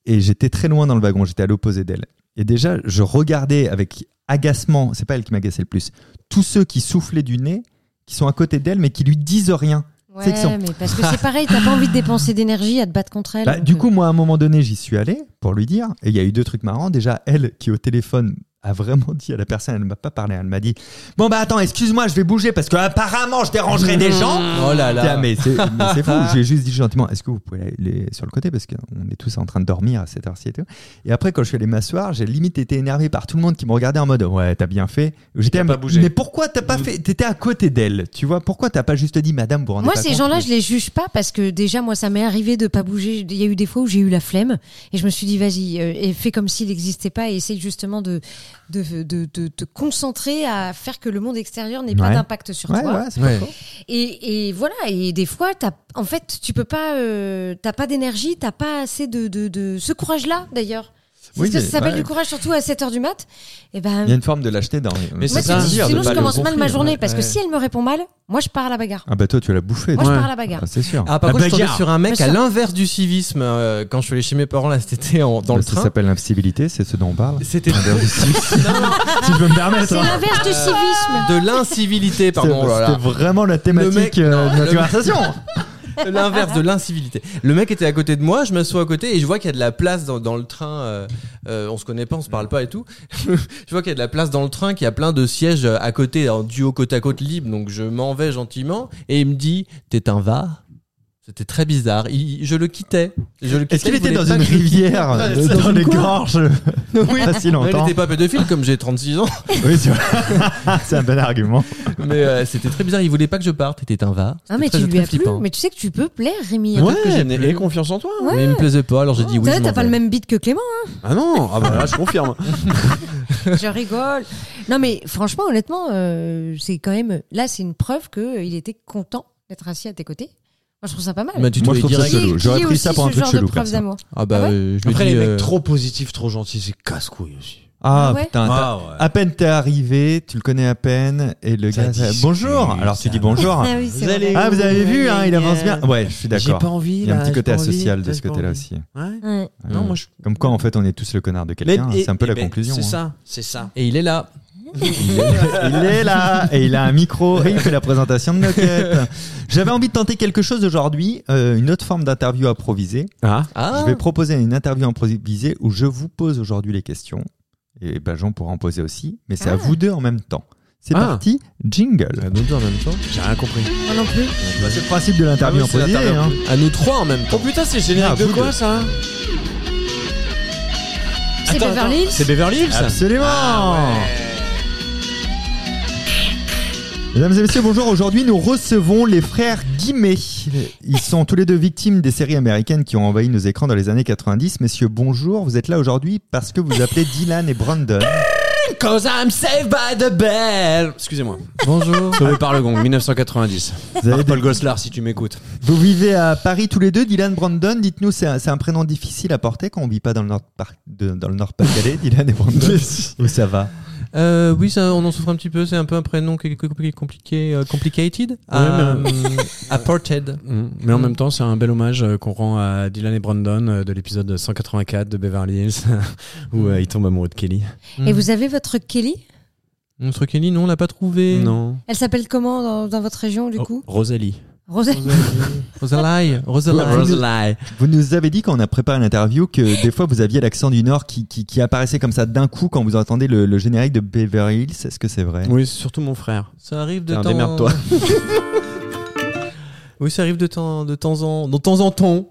Speaker 2: Et j'étais très loin dans le wagon, j'étais à l'opposé d'elle. Et déjà, je regardais avec agacement, c'est pas elle qui m'agaçait le plus, tous ceux qui soufflaient du nez, qui sont à côté d'elle, mais qui lui disent rien.
Speaker 5: Ouais,
Speaker 2: c'est que son-
Speaker 5: mais parce que c'est pareil, t'as pas envie de dépenser d'énergie à te battre contre elle.
Speaker 2: Bah,
Speaker 5: donc,
Speaker 2: du
Speaker 5: euh,
Speaker 2: coup, moi, à un moment donné, j'y suis allé pour lui dire. Et il y a eu deux trucs marrants. Déjà, elle qui au téléphone a vraiment dit à la personne, elle ne m'a pas parlé, elle m'a dit Bon, bah attends, excuse-moi, je vais bouger parce que apparemment je dérangerai des gens.
Speaker 4: Oh là là.
Speaker 2: Tiens, mais c'est mais c'est fou. J'ai juste dit gentiment Est-ce que vous pouvez aller sur le côté Parce qu'on est tous en train de dormir à cette heure-ci et tout. Et après, quand je suis allé m'asseoir, j'ai limite été énervé par tout le monde qui me regardait en mode Ouais, t'as bien fait. J'étais
Speaker 3: pas
Speaker 2: mais-
Speaker 3: bougé.
Speaker 2: Mais pourquoi t'as pas fait T'étais à côté d'elle, tu vois Pourquoi t'as pas juste dit Madame, vous vous rendez
Speaker 5: Moi,
Speaker 2: pas
Speaker 5: ces
Speaker 2: compte
Speaker 5: gens-là, je les juge pas parce que déjà, moi, ça m'est arrivé de pas bouger. Il y a eu des fois où j'ai eu la flemme et je me suis dit, vas-y, euh, et fais comme s'il n'existait pas et essaye justement de de, de, de te concentrer à faire que le monde extérieur n'ait pas
Speaker 2: Ouais.
Speaker 5: d'impact sur
Speaker 2: Ouais,
Speaker 5: toi.
Speaker 2: ouais, c'est
Speaker 4: Ouais.
Speaker 2: pas faux.
Speaker 5: Et, et voilà, et des fois, t'as, en fait, tu peux pas, euh, t'as pas d'énergie, t'as pas assez de, de, de- ce courage-là, d'ailleurs, C'est
Speaker 2: Oui,
Speaker 5: ce que
Speaker 2: mais-
Speaker 5: ça s'appelle
Speaker 2: ouais.
Speaker 5: du courage, surtout à 7h du mat. Et ben,
Speaker 2: Il y a une forme de lâcheté dans.
Speaker 3: Mais
Speaker 5: moi,
Speaker 3: c'est
Speaker 5: tu
Speaker 3: ça,
Speaker 5: te dis,
Speaker 3: dire de
Speaker 5: sinon, je
Speaker 3: pas le
Speaker 5: commence mal ma
Speaker 3: gonfler,
Speaker 5: journée.
Speaker 3: ouais.
Speaker 5: Parce que
Speaker 3: Ouais.
Speaker 5: si elle me répond mal, moi, je pars à la bagarre.
Speaker 2: Ah bah toi, tu l'as bouffé.
Speaker 5: Moi,
Speaker 2: donc.
Speaker 5: je
Speaker 3: Ouais.
Speaker 5: pars à la bagarre.
Speaker 2: Ah, c'est sûr.
Speaker 4: Ah, par
Speaker 3: La
Speaker 4: contre, je suis tombé
Speaker 3: bagarre.
Speaker 4: sur un mec
Speaker 5: Mais
Speaker 4: à
Speaker 5: ça-
Speaker 4: l'inverse du civisme euh, quand je suis allé chez mes parents là cet été en- dans le
Speaker 2: Ça
Speaker 4: train.
Speaker 2: s'appelle l'invisibilité, c'est ce dont on parle.
Speaker 4: C'était
Speaker 2: L'inverse du civisme. si je peux me permettre.
Speaker 5: C'est
Speaker 2: hein.
Speaker 5: l'inverse du civisme.
Speaker 4: de l'incivilité,
Speaker 2: C'était
Speaker 4: pardon. oh là là.
Speaker 2: c'était vraiment la thématique
Speaker 4: Le mec-
Speaker 2: euh, de
Speaker 4: non,
Speaker 2: notre
Speaker 4: le-
Speaker 2: conversation.
Speaker 4: L'inverse de l'incivilité. Le mec était à côté de moi, je m'assois à côté et je vois qu'il y a de la place dans, dans le train. euh, euh, on se connaît pas, on se parle pas et tout. je vois qu'il y a de la place dans le train, qu'il y a plein de sièges euh, à côté, en duo côte à côte libre. Donc je m'en vais gentiment et il me dit T'es un va C'était très bizarre. Il- je le quittais. Je le quittais,
Speaker 2: Est-ce qu'il
Speaker 4: il
Speaker 2: était
Speaker 4: voulait
Speaker 2: dans
Speaker 4: pas
Speaker 2: une
Speaker 4: que je le quitte.
Speaker 2: rivière, euh,
Speaker 4: Ouais,
Speaker 2: dans
Speaker 4: une
Speaker 2: les
Speaker 4: cour.
Speaker 2: gorges, euh,
Speaker 4: Oui.
Speaker 2: pas si
Speaker 4: Il
Speaker 2: longtemps
Speaker 4: n'était pas pédophile comme j'ai 36 ans,
Speaker 2: Oui, c'est vrai. C'est un bon argument.
Speaker 4: mais euh, c'était très bizarre. Il voulait pas que je parte. T'étais un va.
Speaker 5: Ah, mais
Speaker 4: C'était
Speaker 5: tu
Speaker 4: très-
Speaker 5: lui as
Speaker 4: très
Speaker 5: plu.
Speaker 4: flippant.
Speaker 5: Mais tu sais que tu peux plaire, Rémi.
Speaker 4: Ouais, que j'ai plus.
Speaker 3: et confiance en toi. hein.
Speaker 4: Mais il me plaisait pas, alors j'ai dit oui.
Speaker 5: T'as
Speaker 4: je
Speaker 5: t'as
Speaker 4: m'en
Speaker 5: pas
Speaker 4: vais.
Speaker 5: le même beat que Clément, hein.
Speaker 3: Ah non, ah bah là je confirme.
Speaker 5: je rigole. Non mais franchement, honnêtement, euh, c'est quand même là, c'est une preuve que euh, il était content d'être assis à tes côtés. Moi, je trouve ça pas mal.
Speaker 4: Il m'a tutoyé
Speaker 2: Moi, je trouve ça
Speaker 4: direct.
Speaker 2: chelou.
Speaker 5: Qui- Eh. qui
Speaker 2: J'aurais
Speaker 5: est
Speaker 2: pris ça
Speaker 5: aussi
Speaker 2: pour un
Speaker 5: ce
Speaker 2: truc
Speaker 5: genre
Speaker 2: chelou,
Speaker 5: de preuve
Speaker 2: perso.
Speaker 5: d'amour.
Speaker 4: Ah bah,
Speaker 5: Ah ouais
Speaker 4: euh, je lui
Speaker 3: Après
Speaker 4: dis,
Speaker 3: les
Speaker 4: euh,
Speaker 3: mecs trop positifs, trop gentils, c'est casse-couille aussi.
Speaker 2: Ah,
Speaker 5: ouais
Speaker 2: putain. t'as- À peine t'es arrivé, tu le connais à peine, et le
Speaker 3: Ça
Speaker 2: gars. ça-
Speaker 3: discute,
Speaker 2: Bonjour Alors tu
Speaker 3: ça
Speaker 2: dis bonjour.
Speaker 5: Ah oui, c'est
Speaker 3: Vous
Speaker 5: vrai.
Speaker 3: allez-
Speaker 2: Ah, vous avez vu, hein, il avance bien.
Speaker 3: Euh,
Speaker 2: Ouais, je suis
Speaker 3: J'ai pas
Speaker 2: d'accord.
Speaker 3: envie.
Speaker 2: Il y a un
Speaker 3: là,
Speaker 2: petit
Speaker 3: j'ai
Speaker 2: côté
Speaker 3: pas envie,
Speaker 2: asocial de
Speaker 3: j'ai
Speaker 2: ce
Speaker 3: pas
Speaker 2: côté-là
Speaker 3: envie.
Speaker 2: aussi.
Speaker 3: Ouais.
Speaker 5: Ouais.
Speaker 3: Non,
Speaker 2: Euh,
Speaker 3: moi je.
Speaker 2: Comme quoi, en fait, on est tous le connard de quelqu'un.
Speaker 3: Mais- et-
Speaker 2: C'est un peu
Speaker 3: et
Speaker 2: la
Speaker 3: ben,
Speaker 2: conclusion.
Speaker 3: C'est
Speaker 2: hein.
Speaker 3: ça, c'est ça.
Speaker 4: Et il est là.
Speaker 2: Il est là et il a un micro et il fait la présentation de Nocket. J'avais envie de tenter quelque chose aujourd'hui, euh, une autre forme d'interview improvisée.
Speaker 4: Ah,
Speaker 2: Je vais proposer une interview improvisée où je vous pose aujourd'hui les questions et Bajon pourra en poser aussi, mais c'est à
Speaker 5: Ah.
Speaker 2: vous deux en même temps. C'est
Speaker 3: Ah.
Speaker 2: parti, jingle.
Speaker 4: à nous deux en même temps.
Speaker 3: J'ai rien compris.
Speaker 5: Moi non plus.
Speaker 2: Bah, c'est le principe de l'interview
Speaker 3: Ah oui, c'est
Speaker 2: improvisée.
Speaker 3: l'interview
Speaker 2: hein.
Speaker 4: À nous trois en même
Speaker 3: Oh
Speaker 4: temps.
Speaker 3: putain, c'est
Speaker 2: Ah,
Speaker 3: générique de
Speaker 2: vous
Speaker 3: quoi
Speaker 2: deux.
Speaker 3: ça
Speaker 5: C'est
Speaker 3: Attends,
Speaker 5: Beverly Hills.
Speaker 3: attends, C'est Beverly Hills ça
Speaker 2: Absolument. Mesdames et messieurs, bonjour. Aujourd'hui, nous recevons les frères Guimet. Ils sont tous les deux victimes des séries américaines qui ont envahi nos écrans dans les années 90. Messieurs, bonjour. Vous êtes là aujourd'hui parce que vous appelez Dylan et Brandon.
Speaker 3: Cause I'm saved by the bell. Excusez-moi.
Speaker 4: Bonjour.
Speaker 3: Sauvé par le gong, 1990.
Speaker 2: Vous, avez
Speaker 3: Par
Speaker 2: des-
Speaker 3: Paul Goslar, si tu m'écoutes.
Speaker 2: vous vivez à Paris tous les deux, Dylan, Brandon. Dites-nous, c'est un, c'est un prénom difficile à porter quand on vit pas dans le Nord, Par- de- dans le Nord Pas-de-Calais, Dylan et Brandon. Où ça va
Speaker 4: Euh, oui, ça, on en souffre un petit peu. C'est un peu un prénom qui est qui est compliqué, euh, complicated. Euh, apported.
Speaker 3: Mais en même temps, c'est un bel hommage euh, qu'on rend à Dylan et Brandon euh, de l'épisode 184 de Beverly Hills, où euh, il tombe amoureux de Kelly.
Speaker 5: Et
Speaker 4: Hmm.
Speaker 5: vous avez votre Kelly
Speaker 4: Mm. Notre Kelly, non, on l'a pas trouvé.
Speaker 3: Non.
Speaker 5: Elle s'appelle comment dans, dans votre région
Speaker 3: Oh.
Speaker 5: du coup
Speaker 3: Rosalie.
Speaker 5: Rosette
Speaker 4: Rosalie. Rosalie.
Speaker 3: Rosalie.
Speaker 2: Vous nous avez dit quand on a préparé l'interview que des fois vous aviez l'accent du Nord qui, qui, qui apparaissait comme ça d'un coup quand vous entendez le, le générique de Beverly Hills. Est-ce que c'est vrai
Speaker 3: Oui, c'est surtout mon frère.
Speaker 4: Ça arrive de
Speaker 3: Tiens,
Speaker 4: temps.
Speaker 3: démerde-toi.
Speaker 4: oui, ça arrive de temps, de temps en, de temps en temps.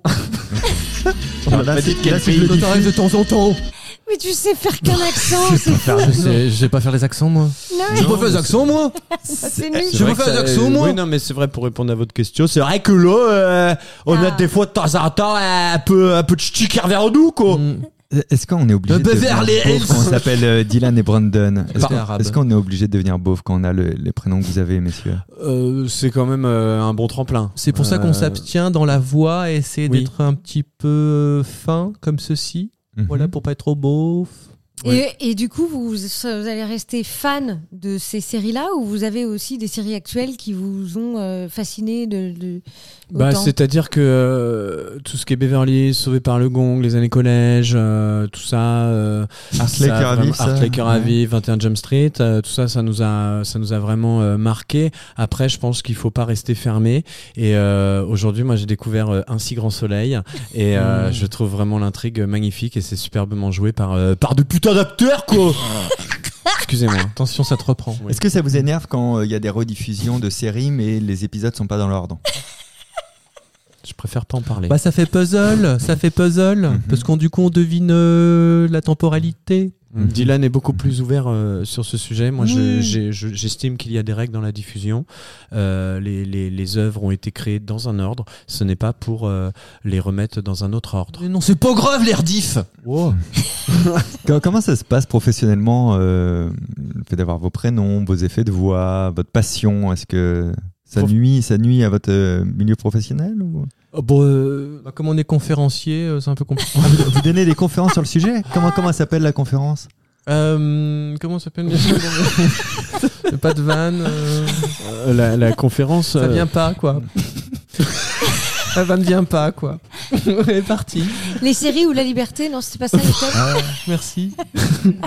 Speaker 2: Voilà,
Speaker 3: Pas
Speaker 2: c'est-
Speaker 3: dit de quel
Speaker 2: là, c'est
Speaker 3: pays.
Speaker 2: le
Speaker 4: Ça arrive de
Speaker 2: diffuse.
Speaker 4: temps en temps.
Speaker 5: Mais tu sais faire qu'un accent, c'est fou.
Speaker 4: Je sais, je sais pas faire les accents, moi.
Speaker 5: Non,
Speaker 4: Je peux faire les accents, moi.
Speaker 5: c'est nul.
Speaker 4: Je veux faire des accents, moi.
Speaker 3: Oui, non, mais c'est vrai pour répondre à votre question. C'est vrai que là, euh, on a
Speaker 5: Ah.
Speaker 3: des fois de temps en temps un peu, un peu de ch'ti qui revient en nous, quoi.
Speaker 4: Mm.
Speaker 2: Est-ce qu'on est obligé de,
Speaker 4: De Beverly
Speaker 2: devenir
Speaker 4: Hills.
Speaker 2: beauf quand on s'appelle euh, Dylan et Brandon Est-ce
Speaker 4: Par-
Speaker 2: qu'on-
Speaker 4: arabe.
Speaker 2: Est-ce qu'on est obligé de devenir beauf quand on a le- les prénoms que vous avez, messieurs
Speaker 3: Euh, c'est quand même euh, un bon tremplin.
Speaker 4: C'est pour ça
Speaker 3: Euh,
Speaker 4: qu'on s'abstient dans la voix et essayer
Speaker 3: oui.
Speaker 4: d'être un petit peu fin comme ceci. Voilà,
Speaker 2: Mhm.
Speaker 4: pour pas être trop beau.
Speaker 5: Et, et du coup, vous, vous allez rester fan de ces séries-là ou vous avez aussi des séries actuelles qui vous ont euh, fasciné de, de
Speaker 3: Bah,
Speaker 5: autant
Speaker 3: c'est-à-dire que euh, tout ce qui est Beverly, Hills, Sauvé par le Gong, les années collège, euh, tout ça, euh,
Speaker 2: Art
Speaker 3: ça,
Speaker 2: Laker à
Speaker 3: vraiment-
Speaker 2: vivre, ça.
Speaker 3: Art Laker à
Speaker 2: Ouais.
Speaker 3: vivre, 21 Jump Street, euh, tout ça, ça nous a, ça nous a vraiment euh, marqué. Après, je pense qu'il faut pas rester fermé. Et euh, aujourd'hui, moi, j'ai découvert euh, Un si grand soleil, et euh,
Speaker 4: Hmm.
Speaker 3: je trouve vraiment l'intrigue magnifique et c'est superbement joué par euh, par de putains d'acteurs, quoi. Excusez-moi.
Speaker 4: Attention, ça te reprend.
Speaker 2: Est-ce que ça vous énerve quand euh, il y a des rediffusions de séries mais les épisodes sont pas dans l'ordre
Speaker 3: Je préfère pas en parler.
Speaker 4: Bah ça fait puzzle, ça fait puzzle, parce qu'on du coup on devine euh, la temporalité.
Speaker 2: Mhm.
Speaker 3: Dylan est beaucoup plus ouvert euh, sur ce sujet. Moi, je-
Speaker 4: Oui.
Speaker 3: j'ai- je- j'estime qu'il y a des règles dans la diffusion. Euh, les, les- les œuvres ont été créées dans un ordre. Ce n'est pas pour euh, les remettre dans un autre ordre.
Speaker 4: Mais non, c'est pas grave les rediffs.
Speaker 2: Co- Comment ça se passe professionnellement euh, Le fait d'avoir vos prénoms, vos effets de voix, votre passion, est-ce que ça
Speaker 3: Prof-
Speaker 2: nuit, ça nuit à votre euh, milieu professionnel ou
Speaker 3: Oh, bon, euh,
Speaker 4: Bah, comme on est conférencier, euh, c'est un peu compliqué.
Speaker 2: Ah, vous, vous donnez des conférences sur le sujet Comment comment s'appelle la conférence
Speaker 4: Euh, comment ça s'appelle le- Pas de vanne. euh,
Speaker 3: euh, la, la conférence.
Speaker 4: Ça
Speaker 3: euh,
Speaker 4: vient pas, quoi. La vanne vient pas, quoi. on est parti.
Speaker 5: Les séries ou la liberté, non, c'était pas ça les thèmes
Speaker 4: Merci.